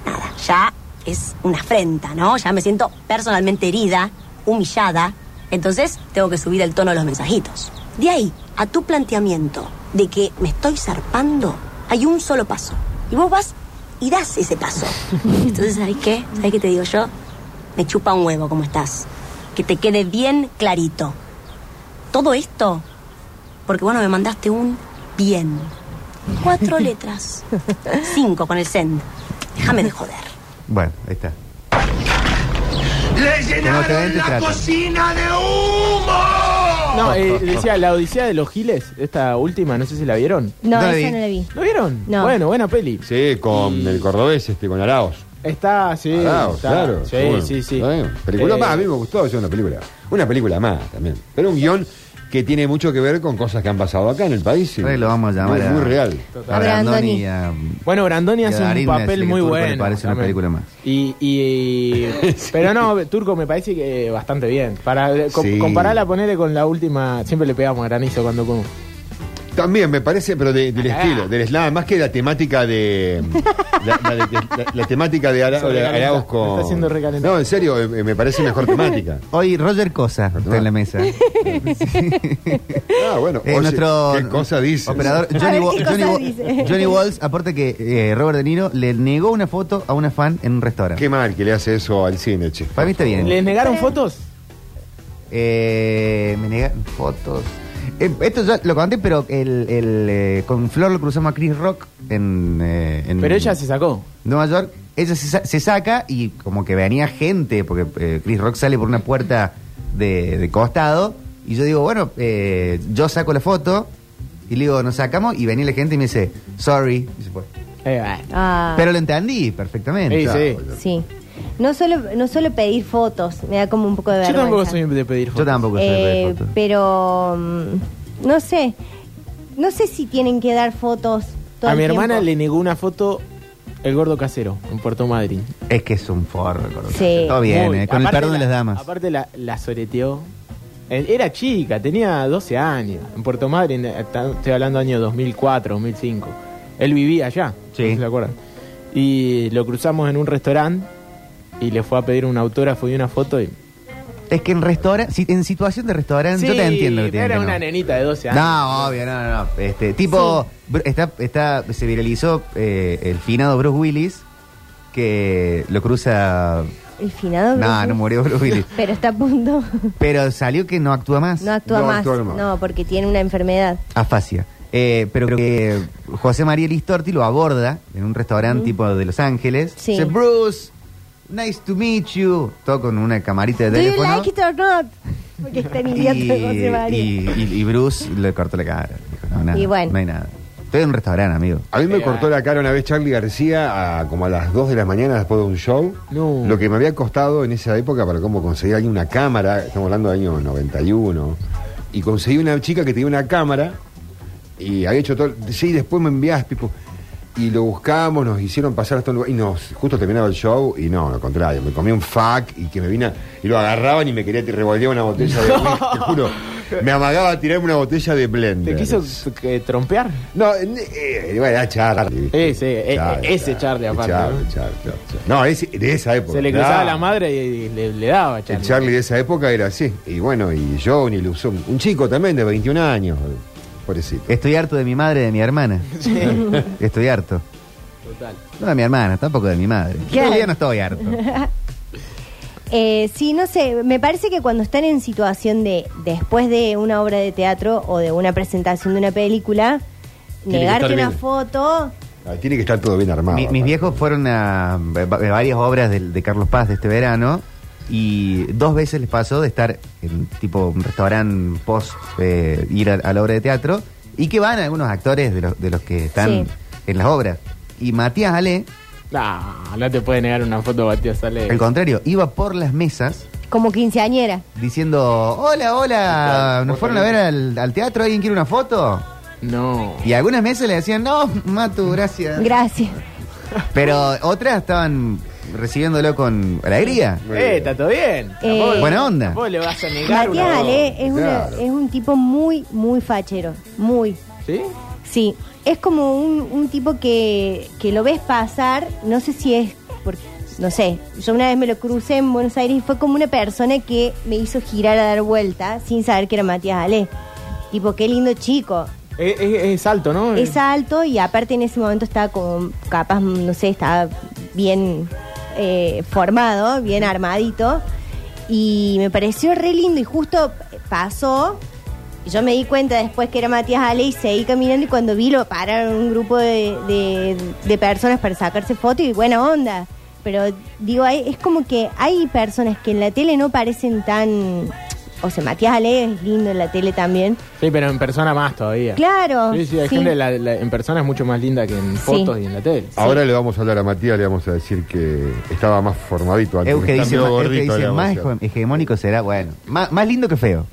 [SPEAKER 6] nada. Ya es una afrenta, ¿no? Ya me siento personalmente herida, humillada. Entonces tengo que subir el tono de los mensajitos. De ahí a tu planteamiento de que me estoy zarpando, hay un solo paso. Y vos vas y das ese paso. Entonces, ¿sabes qué? ¿Sabes qué te digo yo? Me chupa un huevo como estás. Que te quede bien clarito. Todo esto, porque bueno, me mandaste un bien. Cuatro letras. Cinco con el send. Déjame de joder.
[SPEAKER 4] Bueno, ahí está. te
[SPEAKER 5] ¡Le
[SPEAKER 4] ven, te
[SPEAKER 5] llenaron la
[SPEAKER 4] tratan.
[SPEAKER 5] cocina de humo!
[SPEAKER 3] No, eh, decía La Odisea de los Giles, esta última, no sé si la vieron.
[SPEAKER 2] No,
[SPEAKER 4] No la
[SPEAKER 2] esa
[SPEAKER 4] vi.
[SPEAKER 2] no la vi.
[SPEAKER 3] ¿Lo vieron?
[SPEAKER 2] No.
[SPEAKER 3] Bueno, buena peli.
[SPEAKER 1] Sí, con el cordobés, este, con Araos.
[SPEAKER 3] Está, sí.
[SPEAKER 1] Araos,
[SPEAKER 3] está.
[SPEAKER 1] Ah, claro.
[SPEAKER 3] Sí,
[SPEAKER 1] seguro.
[SPEAKER 3] sí, sí.
[SPEAKER 1] Está bien. Película
[SPEAKER 3] Eh,
[SPEAKER 1] más, a mí me gustó, es una película. Una película más también. Pero un guión que tiene mucho que ver con cosas que han pasado acá en el país. sí.
[SPEAKER 4] Ahora lo vamos a llamar
[SPEAKER 1] Muy,
[SPEAKER 4] a-
[SPEAKER 1] muy real.
[SPEAKER 4] A Brandoni y a-
[SPEAKER 3] Bueno, Brandoni
[SPEAKER 4] Y a
[SPEAKER 3] hace un
[SPEAKER 4] Darín me hace
[SPEAKER 3] papel
[SPEAKER 4] que
[SPEAKER 3] muy
[SPEAKER 4] Turco le
[SPEAKER 3] bueno.
[SPEAKER 4] parece una
[SPEAKER 3] también.
[SPEAKER 4] película más.
[SPEAKER 3] Y, y- pero no, Turco me parece que bastante bien. Para eh, co-
[SPEAKER 1] Sí.
[SPEAKER 3] compararla ponerle con la última, siempre le pegamos granizo cuando como.
[SPEAKER 1] También me parece, pero de- del
[SPEAKER 3] Ah.
[SPEAKER 1] estilo, del, nada más que la temática de. La, la de- la- la temática de Ara-
[SPEAKER 3] Se recalenta,
[SPEAKER 1] Araos
[SPEAKER 3] me
[SPEAKER 1] con.
[SPEAKER 3] está haciendo recalentar.
[SPEAKER 1] no, en serio, eh, eh, me parece mejor temática.
[SPEAKER 4] Hoy Roger Cosa está en la mesa.
[SPEAKER 1] Ah, bueno,
[SPEAKER 4] Eh,
[SPEAKER 1] oye,
[SPEAKER 4] nuestro
[SPEAKER 1] ¿qué cosa dice?
[SPEAKER 4] operador
[SPEAKER 2] A
[SPEAKER 4] Johnny,
[SPEAKER 2] ver,
[SPEAKER 4] Wa-
[SPEAKER 2] ¿qué
[SPEAKER 4] Johnny
[SPEAKER 2] cosa
[SPEAKER 4] Wa-
[SPEAKER 2] dice?
[SPEAKER 4] Johnny Walls aporta que eh, Robert De Niro le negó una foto a una fan en un restaurante.
[SPEAKER 1] Qué mal que le hace eso al cine, che.
[SPEAKER 4] Para mí está bien.
[SPEAKER 3] ¿Les negaron fotos?
[SPEAKER 4] Eh, me negaron fotos. Eh, esto ya lo conté, pero el, el, eh, con Flor lo cruzamos a Chris Rock en, eh, en
[SPEAKER 3] Pero ella se sacó.
[SPEAKER 4] Nueva York. Ella se, sa- se saca y como que venía gente, porque eh, Chris Rock sale por una puerta de, de costado. Y yo digo, bueno, eh, yo saco la foto y le digo, nos sacamos. Y venía la gente y me dice, sorry. y se fue.
[SPEAKER 3] Eh, bueno.
[SPEAKER 2] Ah,
[SPEAKER 4] Pero lo entendí perfectamente.
[SPEAKER 3] Sí, sí.
[SPEAKER 2] sí. No solo, no solo pedir fotos, me da como un poco de
[SPEAKER 3] Yo
[SPEAKER 2] vergüenza.
[SPEAKER 3] tampoco soy de pedir
[SPEAKER 4] Yo
[SPEAKER 3] fotos.
[SPEAKER 4] tampoco soy de
[SPEAKER 2] Eh,
[SPEAKER 4] fotos.
[SPEAKER 2] pero mm, no sé, no sé si tienen que dar fotos. Todo
[SPEAKER 3] A
[SPEAKER 2] el
[SPEAKER 3] mi hermana
[SPEAKER 2] tiempo.
[SPEAKER 3] le negó una foto el gordo casero en Puerto Madryn.
[SPEAKER 4] Es que es un forro. con lo que
[SPEAKER 2] Sí.
[SPEAKER 4] hace. Todo bien,
[SPEAKER 3] Muy-
[SPEAKER 4] eh, con el
[SPEAKER 3] aparte
[SPEAKER 4] perdón de
[SPEAKER 3] la-
[SPEAKER 4] las damas.
[SPEAKER 3] Aparte la, la soreteó. Eh, Era chica, tenía 12 años. En Puerto Madryn, eh, ta- estoy hablando año 2004, 2005. Él vivía allá,
[SPEAKER 4] Sí.
[SPEAKER 3] no se lo acuerdan. Y lo cruzamos en un restaurante y le fue a pedir un autógrafo y una foto. Y...
[SPEAKER 4] Es que en restaurante, si- en situación de restaurante, yo
[SPEAKER 3] Sí,
[SPEAKER 4] te entiendo que tiene
[SPEAKER 3] Era
[SPEAKER 4] que
[SPEAKER 3] una
[SPEAKER 4] no.
[SPEAKER 3] nenita de 12 años.
[SPEAKER 4] No, obvio, no, no, no. Este, tipo, br- está, está, se viralizó eh, el finado Bruce Willis, que lo
[SPEAKER 2] Ah,
[SPEAKER 4] cruza...
[SPEAKER 2] El finado.
[SPEAKER 4] No,
[SPEAKER 2] Bruce
[SPEAKER 4] no
[SPEAKER 2] Willis.
[SPEAKER 4] murió Bruce Willis.
[SPEAKER 2] Pero está a punto.
[SPEAKER 4] Pero salió que no actúa más.
[SPEAKER 2] No actúa
[SPEAKER 1] No
[SPEAKER 2] más.
[SPEAKER 1] actúa más.
[SPEAKER 2] No, porque tiene una enfermedad.
[SPEAKER 4] Afasia. Eh, pero creo que José María Listorti lo aborda en un restaurante tipo de Los Ángeles.
[SPEAKER 2] Sí.
[SPEAKER 4] Dice, Bruce, nice to meet you. Todo con una camarita de
[SPEAKER 2] Do you
[SPEAKER 4] teléfono.
[SPEAKER 2] like it or not? Porque está en idiota
[SPEAKER 4] y,
[SPEAKER 2] José María.
[SPEAKER 4] y- y- y Bruce le cortó la cara. Dijo, no, nada,
[SPEAKER 2] Y bueno.
[SPEAKER 4] no hay nada. Estoy en un restaurante, amigo.
[SPEAKER 1] A mí me
[SPEAKER 3] Eh,
[SPEAKER 1] cortó la cara una vez Charlie García a- como a las 2 de la mañana después de un show.
[SPEAKER 3] No.
[SPEAKER 1] Lo que me había costado en esa época para cómo conseguir ahí una cámara, estamos hablando del año 91, y conseguí una chica que tenía una cámara y había hecho todo... Sí, después me enviaste, tipo, y lo buscamos, nos hicieron pasar hasta un lugar y nos... Justo terminaba el show y no, al contrario, me comí un fuck y que me vino... Y lo agarraban y me quería revolver una botella de... Te juro, me amagaba a tirarme una botella de blender.
[SPEAKER 3] ¿Te quiso eh, trompear?
[SPEAKER 1] No, eh, eh, bueno, era Charlie.
[SPEAKER 3] Eh, sí, eh, eh, ese Charlie aparte,
[SPEAKER 1] Charlie,
[SPEAKER 3] ¿no?
[SPEAKER 1] Charlie, Charlie, Charlie. No, ese- de esa época.
[SPEAKER 3] Se le
[SPEAKER 1] claro.
[SPEAKER 3] cruzaba la madre y, y le, le daba,
[SPEAKER 1] El
[SPEAKER 3] Charlie.
[SPEAKER 1] Charlie de esa época era así. Y bueno, y yo, un ilusión. Un chico también de 21 años, pobrecito.
[SPEAKER 4] Estoy harto de mi madre y de mi hermana. Estoy harto.
[SPEAKER 3] Total.
[SPEAKER 4] No de mi hermana, tampoco de mi madre.
[SPEAKER 2] ¿Qué?
[SPEAKER 4] Todavía no estoy harto.
[SPEAKER 2] Eh, sí, no sé, me parece que cuando están en situación de después de una obra de teatro o de una presentación de una película,
[SPEAKER 1] Tiene que
[SPEAKER 2] negarte
[SPEAKER 1] estar
[SPEAKER 2] una
[SPEAKER 1] bien.
[SPEAKER 2] foto,
[SPEAKER 1] Ah, tiene que estar todo bien armado.
[SPEAKER 4] Mi- mis
[SPEAKER 1] aparte.
[SPEAKER 4] viejos fueron a va- eh, varias obras del- de, Carlos Paz de este verano y dos veces les pasó de estar en tipo un restaurante post eh, ir a, a la obra de teatro y que van algunos actores de, los- de los que están
[SPEAKER 2] Sí.
[SPEAKER 4] en las obras. Y Matías Ale,
[SPEAKER 3] No, no te puede negar una foto a sale.
[SPEAKER 4] al contrario, iba por las mesas
[SPEAKER 2] como quinceañera.
[SPEAKER 4] diciendo, hola, hola, ¿nos fueron a ver al, al teatro? ¿Alguien quiere una foto?
[SPEAKER 3] No.
[SPEAKER 4] Y algunas mesas le decían, no, Matu, gracias.
[SPEAKER 2] Gracias.
[SPEAKER 4] Pero otras estaban recibiéndolo con alegría.
[SPEAKER 1] Muy bien.
[SPEAKER 3] Eh, está todo bien.
[SPEAKER 2] Eh,
[SPEAKER 3] Tampoco-
[SPEAKER 4] Buena onda.
[SPEAKER 3] tampoco le vas a negar
[SPEAKER 2] Matías
[SPEAKER 3] una-
[SPEAKER 2] Ale es, una-
[SPEAKER 1] Claro.
[SPEAKER 2] es un tipo muy, muy fachero. Muy.
[SPEAKER 3] ¿Sí?
[SPEAKER 2] Sí. Es como un, un tipo que, que lo ves pasar, no sé si es. por- no sé, yo una vez me lo crucé en Buenos Aires y fue como una persona que me hizo girar a dar vuelta sin saber que era Matías Ale. Tipo, qué lindo chico.
[SPEAKER 3] Es, es- es alto, ¿no?
[SPEAKER 2] Es alto y aparte en ese momento estaba como, capaz, no sé, estaba bien eh, formado, bien armadito. Y me pareció re lindo y justo pasó. y Yo me di cuenta después que era Matías Ale y seguí caminando y cuando vi lo pararon un grupo de, de- de personas para sacarse fotos y buena onda. pero digo, hay- es como que hay personas que en la tele no parecen tan... O sea, Matías Ale es lindo en la tele también.
[SPEAKER 3] Sí, pero en persona más todavía.
[SPEAKER 2] Claro.
[SPEAKER 3] Sí, sí, hay
[SPEAKER 2] sí.
[SPEAKER 3] gente la- la- en persona es mucho más linda que en
[SPEAKER 2] Sí.
[SPEAKER 3] fotos y en la tele.
[SPEAKER 1] Ahora le vamos a hablar a Matías, le vamos a decir que estaba más formadito antes.
[SPEAKER 4] Euge
[SPEAKER 1] está
[SPEAKER 4] dice,
[SPEAKER 1] medio
[SPEAKER 4] ma- Euge
[SPEAKER 1] gordito,
[SPEAKER 4] dice,
[SPEAKER 1] le vamos a
[SPEAKER 4] más
[SPEAKER 1] decir.
[SPEAKER 4] hege- hegemónico será, bueno. Más, más lindo que feo.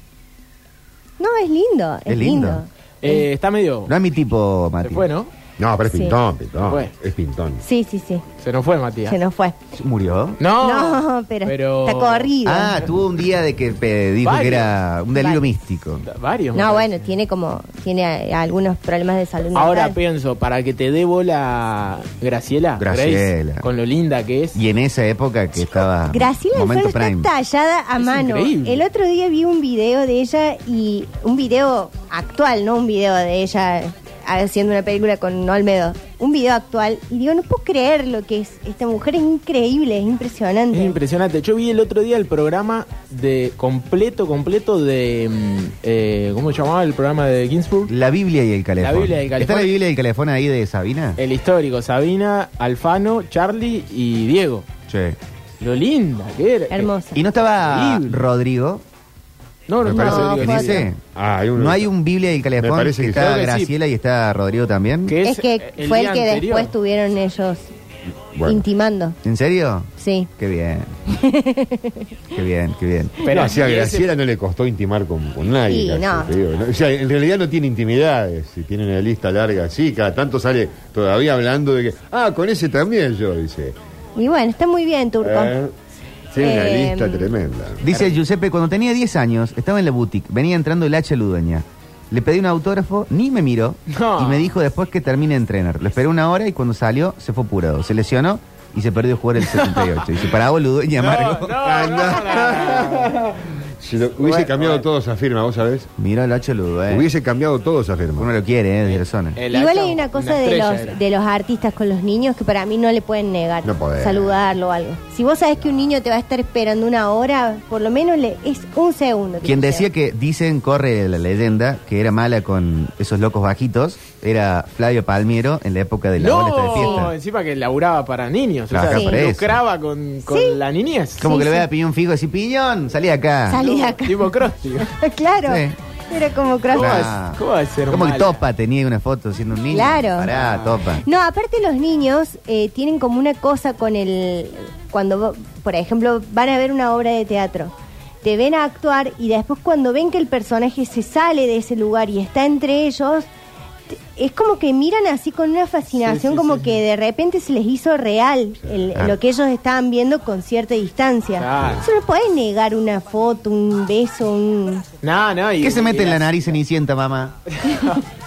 [SPEAKER 2] No, es lindo. Es,
[SPEAKER 4] Es lindo.
[SPEAKER 2] lindo.
[SPEAKER 3] Eh, está medio...
[SPEAKER 4] No es mi tipo,
[SPEAKER 3] se
[SPEAKER 4] Mati.
[SPEAKER 3] fue, ¿no?
[SPEAKER 1] No, pero es
[SPEAKER 2] Sí.
[SPEAKER 1] pintón, pintón.
[SPEAKER 3] Bueno.
[SPEAKER 1] Es pintón.
[SPEAKER 2] Sí, sí, sí.
[SPEAKER 3] Se nos fue, Matías.
[SPEAKER 2] Se nos fue.
[SPEAKER 4] ¿Murió?
[SPEAKER 3] No,
[SPEAKER 2] No, pero, está corrido.
[SPEAKER 4] Ah, tuvo un día de que eh, dijo
[SPEAKER 3] Varios.
[SPEAKER 4] que era un delirio
[SPEAKER 2] Varios.
[SPEAKER 4] místico.
[SPEAKER 3] Varios.
[SPEAKER 2] No,
[SPEAKER 3] me
[SPEAKER 2] bueno,
[SPEAKER 3] parece.
[SPEAKER 2] tiene como, tiene eh, algunos problemas de salud mental.
[SPEAKER 3] Ahora pienso, para que te dé bola Graciela, Grace,
[SPEAKER 4] Graciela.
[SPEAKER 3] con lo linda que es.
[SPEAKER 4] Y en esa época que estaba.
[SPEAKER 2] Graciela
[SPEAKER 4] momento
[SPEAKER 2] Alfaro está
[SPEAKER 4] prime.
[SPEAKER 2] tallada a
[SPEAKER 3] Es
[SPEAKER 2] mano.
[SPEAKER 3] increíble.
[SPEAKER 2] El otro día vi un video de ella y un video actual, no un video de ella haciendo una película con Olmedo, un video actual y digo, no puedo creer lo que es. Esta mujer es increíble, es impresionante.
[SPEAKER 3] Es impresionante. Yo vi el otro día el programa de completo, completo de... mm, eh, ¿Cómo se llamaba el programa de Ginsburg?
[SPEAKER 4] La Biblia y el calefón.
[SPEAKER 3] La Biblia y el
[SPEAKER 4] ¿Está
[SPEAKER 3] calefón. Eh.
[SPEAKER 4] la Biblia y el calefón ahí de Sabina?
[SPEAKER 3] El histórico, Sabina, Alfano, Charlie y Diego.
[SPEAKER 4] Che.
[SPEAKER 3] Lo linda que era.
[SPEAKER 2] Hermosa.
[SPEAKER 4] ¿Y no estaba
[SPEAKER 3] Increíble.
[SPEAKER 4] Rodrigo?
[SPEAKER 3] No, no,
[SPEAKER 1] Me
[SPEAKER 3] no,
[SPEAKER 1] parece
[SPEAKER 3] no,
[SPEAKER 2] que
[SPEAKER 4] ¿En
[SPEAKER 2] Rodrigo.
[SPEAKER 4] ese?
[SPEAKER 1] Ah, hay uno-
[SPEAKER 4] ¿No hay un Biblia y el
[SPEAKER 1] Me
[SPEAKER 4] calefón?
[SPEAKER 1] parece
[SPEAKER 4] Que
[SPEAKER 1] que
[SPEAKER 4] está
[SPEAKER 1] sí.
[SPEAKER 3] Creo que sí.
[SPEAKER 4] Graciela y está Rodrigo también.
[SPEAKER 3] Que
[SPEAKER 2] Es que fue el
[SPEAKER 3] día
[SPEAKER 2] que
[SPEAKER 3] anterior.
[SPEAKER 2] después tuvieron ellos
[SPEAKER 1] Bueno.
[SPEAKER 2] intimando.
[SPEAKER 4] ¿En serio?
[SPEAKER 2] Sí.
[SPEAKER 4] Qué bien. qué bien, qué bien.
[SPEAKER 1] Pero
[SPEAKER 3] Pero
[SPEAKER 1] no, si a
[SPEAKER 3] y ese-
[SPEAKER 1] Graciela no le costó intimar con, con nadie.
[SPEAKER 2] Sí,
[SPEAKER 1] casi,
[SPEAKER 2] no.
[SPEAKER 1] te digo, ¿no? O sea, en realidad no tiene intimidades. Si tiene una lista larga así, cada tanto sale todavía hablando de que, ah, con ese también yo, dice.
[SPEAKER 2] Y bueno, está muy bien, Turco.
[SPEAKER 1] Eh, tiene una
[SPEAKER 2] Eh,
[SPEAKER 1] lista tremenda.
[SPEAKER 4] Dice Giuseppe, cuando tenía 10 años, estaba en la boutique, venía entrando el H. Ludueña. Le pedí un autógrafo, ni me miró,
[SPEAKER 3] No.
[SPEAKER 4] y me dijo después que termine de entrenar. Lo esperé una hora y cuando salió, se fue apurado. Se lesionó y se perdió jugar el 78. Dice, para vos, Ludueña,
[SPEAKER 3] No,
[SPEAKER 4] Marco.
[SPEAKER 3] no, no, no, no.
[SPEAKER 1] Si lo- hubiese
[SPEAKER 3] Bueno,
[SPEAKER 1] cambiado
[SPEAKER 3] bueno.
[SPEAKER 1] todos a firma, ¿vos sabés?
[SPEAKER 4] Miró el H. Ludueña.
[SPEAKER 1] Hubiese cambiado todos a firma.
[SPEAKER 4] Uno lo quiere, ¿eh? De la zona.
[SPEAKER 3] El
[SPEAKER 2] Igual
[SPEAKER 3] hacha,
[SPEAKER 2] hay una cosa de
[SPEAKER 3] estrella
[SPEAKER 2] los
[SPEAKER 3] era.
[SPEAKER 2] de los artistas con los niños que para mí no le pueden negar
[SPEAKER 1] No podés.
[SPEAKER 2] saludarlo o algo. Si vos sabés que un niño te va a estar esperando una hora, por lo menos le es un segundo.
[SPEAKER 4] Quien decía que, dicen, corre la leyenda, que era mala con esos locos bajitos, era Flavio Palmiero en la época de la
[SPEAKER 3] no,
[SPEAKER 4] ola esta de fiesta.
[SPEAKER 3] encima que laburaba para niños, o
[SPEAKER 4] Trabajaba
[SPEAKER 3] sea,
[SPEAKER 2] para
[SPEAKER 3] se
[SPEAKER 4] eso.
[SPEAKER 3] lucraba con, con
[SPEAKER 2] Sí.
[SPEAKER 3] la niñez.
[SPEAKER 4] Como
[SPEAKER 2] Sí,
[SPEAKER 4] que le
[SPEAKER 2] sí.
[SPEAKER 4] vea a Piñón Fijo y decía, Piñón, salí de acá.
[SPEAKER 2] Sal- Salí de acá.
[SPEAKER 3] Tipo Krusty.
[SPEAKER 2] claro,
[SPEAKER 4] Sí.
[SPEAKER 2] era como cross-
[SPEAKER 3] ¿Cómo
[SPEAKER 4] Claro.
[SPEAKER 3] va a- cómo va a ser
[SPEAKER 4] Como que
[SPEAKER 3] mala?
[SPEAKER 4] Topa tenía una foto siendo un niño.
[SPEAKER 2] Claro.
[SPEAKER 4] Pará, Topa.
[SPEAKER 2] No, aparte los niños eh, tienen como una cosa con el cuando vo- por ejemplo van a ver una obra de teatro. Te ven a actuar y después cuando ven que el personaje se sale de ese lugar y está entre ellos, te- es como que miran así con una fascinación,
[SPEAKER 3] Sí, sí,
[SPEAKER 2] como
[SPEAKER 3] sí.
[SPEAKER 2] que de repente se les hizo real el-
[SPEAKER 4] Ah.
[SPEAKER 2] lo que ellos estaban viendo con cierta distancia.
[SPEAKER 3] Claro.
[SPEAKER 2] Eso no podés negar una foto, un beso, un...
[SPEAKER 3] No, no. y-
[SPEAKER 4] ¿Qué se
[SPEAKER 3] y
[SPEAKER 4] mete en la
[SPEAKER 3] las-
[SPEAKER 4] nariz Cenicienta, mamá?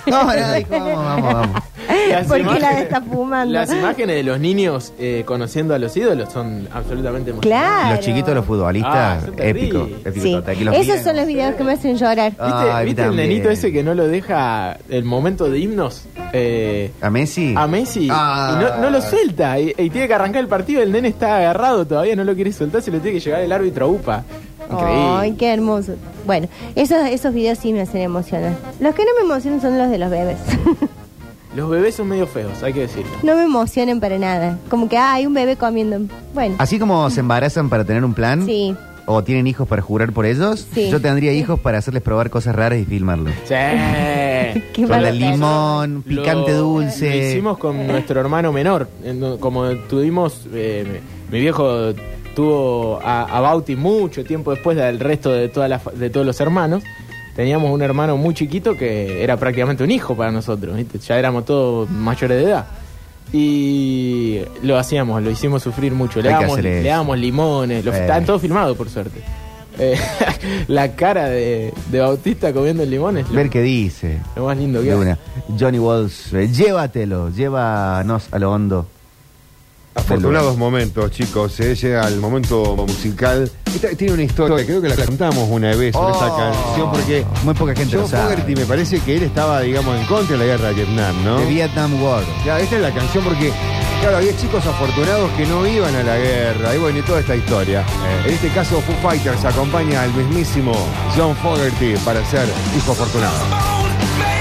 [SPEAKER 4] no, no, dijo, vamos, vamos, vamos.
[SPEAKER 3] las
[SPEAKER 2] ¿Por qué la
[SPEAKER 3] imágenes-
[SPEAKER 2] está fumando?
[SPEAKER 3] Las imágenes de los niños eh, conociendo a los ídolos son absolutamente emocionantes.
[SPEAKER 2] Claro.
[SPEAKER 4] Los chiquitos, los
[SPEAKER 3] Ah,
[SPEAKER 4] futbolistas,
[SPEAKER 3] eso es terrible.
[SPEAKER 4] épico. épico
[SPEAKER 2] Sí.
[SPEAKER 4] total, que los
[SPEAKER 2] Esos
[SPEAKER 4] miren.
[SPEAKER 2] son los videos que me hacen llorar.
[SPEAKER 3] ¿Viste,
[SPEAKER 4] Ay,
[SPEAKER 3] viste el
[SPEAKER 4] también.
[SPEAKER 3] nenito ese que no lo deja el momento de himnos? Eh,
[SPEAKER 4] ¿A Messi?
[SPEAKER 3] a Messi
[SPEAKER 4] Ah.
[SPEAKER 3] y no, no lo suelta y, y tiene que arrancar el partido el nene está agarrado todavía no lo quiere soltar se lo tiene que llegar el árbitro a upa
[SPEAKER 2] Ay,
[SPEAKER 3] increíble
[SPEAKER 2] qué hermoso. Bueno, esos, esos videos sí me hacen emocionar. Los que no me emocionan son los de los bebés.
[SPEAKER 3] los bebés son medio feos hay que decirlo
[SPEAKER 2] no me emocionan para nada. Como que ah, hay un bebé comiendo. Bueno,
[SPEAKER 4] Así como se embarazan para tener un plan.
[SPEAKER 2] sí.
[SPEAKER 4] O tienen hijos para jurar por ellos.
[SPEAKER 2] Sí.
[SPEAKER 4] Yo tendría hijos para hacerles probar cosas raras y filmarlo.
[SPEAKER 3] sí
[SPEAKER 2] Qué
[SPEAKER 4] Con
[SPEAKER 2] malo.
[SPEAKER 4] el limón,
[SPEAKER 3] Lo-
[SPEAKER 4] picante dulce.
[SPEAKER 3] Lo hicimos con nuestro hermano menor. En do- Como tuvimos, eh, mi viejo tuvo a, a Bauti mucho tiempo después del resto de, toda la fa- de todos los hermanos. Teníamos un hermano muy chiquito que era prácticamente un hijo para nosotros. ¿viste? Ya éramos todos mayores de edad. Y lo hacíamos, lo hicimos sufrir mucho. Le
[SPEAKER 4] Hay que
[SPEAKER 3] dábamos,
[SPEAKER 4] hacer eso.
[SPEAKER 3] le dábamos limones, lo,
[SPEAKER 4] Eh.
[SPEAKER 3] estaban todos filmados por suerte. Eh, la cara de, de Bautista comiendo limones, lo,
[SPEAKER 4] Ver qué dice.
[SPEAKER 3] lo más lindo que
[SPEAKER 4] De
[SPEAKER 3] hay.
[SPEAKER 4] una. Johnny Walsh, eh, llévatelo, llévanos a lo hondo.
[SPEAKER 1] Afortunados momentos, chicos. Se llega al momento musical. Esta tiene una historia, creo que la cantamos una vez sobre esta
[SPEAKER 4] Oh.
[SPEAKER 1] canción, porque
[SPEAKER 4] Muy poca gente lo
[SPEAKER 1] John
[SPEAKER 4] sabe.
[SPEAKER 1] Fogerty me parece que él estaba, digamos, en contra de la guerra de Vietnam, ¿no?
[SPEAKER 4] De Vietnam War.
[SPEAKER 1] Ya, esta es la canción porque, claro, había chicos afortunados que no iban a la guerra. Y bueno, y toda esta historia. En este caso, Foo Fighters acompaña al mismísimo John Fogerty para ser hijo afortunado.
[SPEAKER 5] Baby Oh,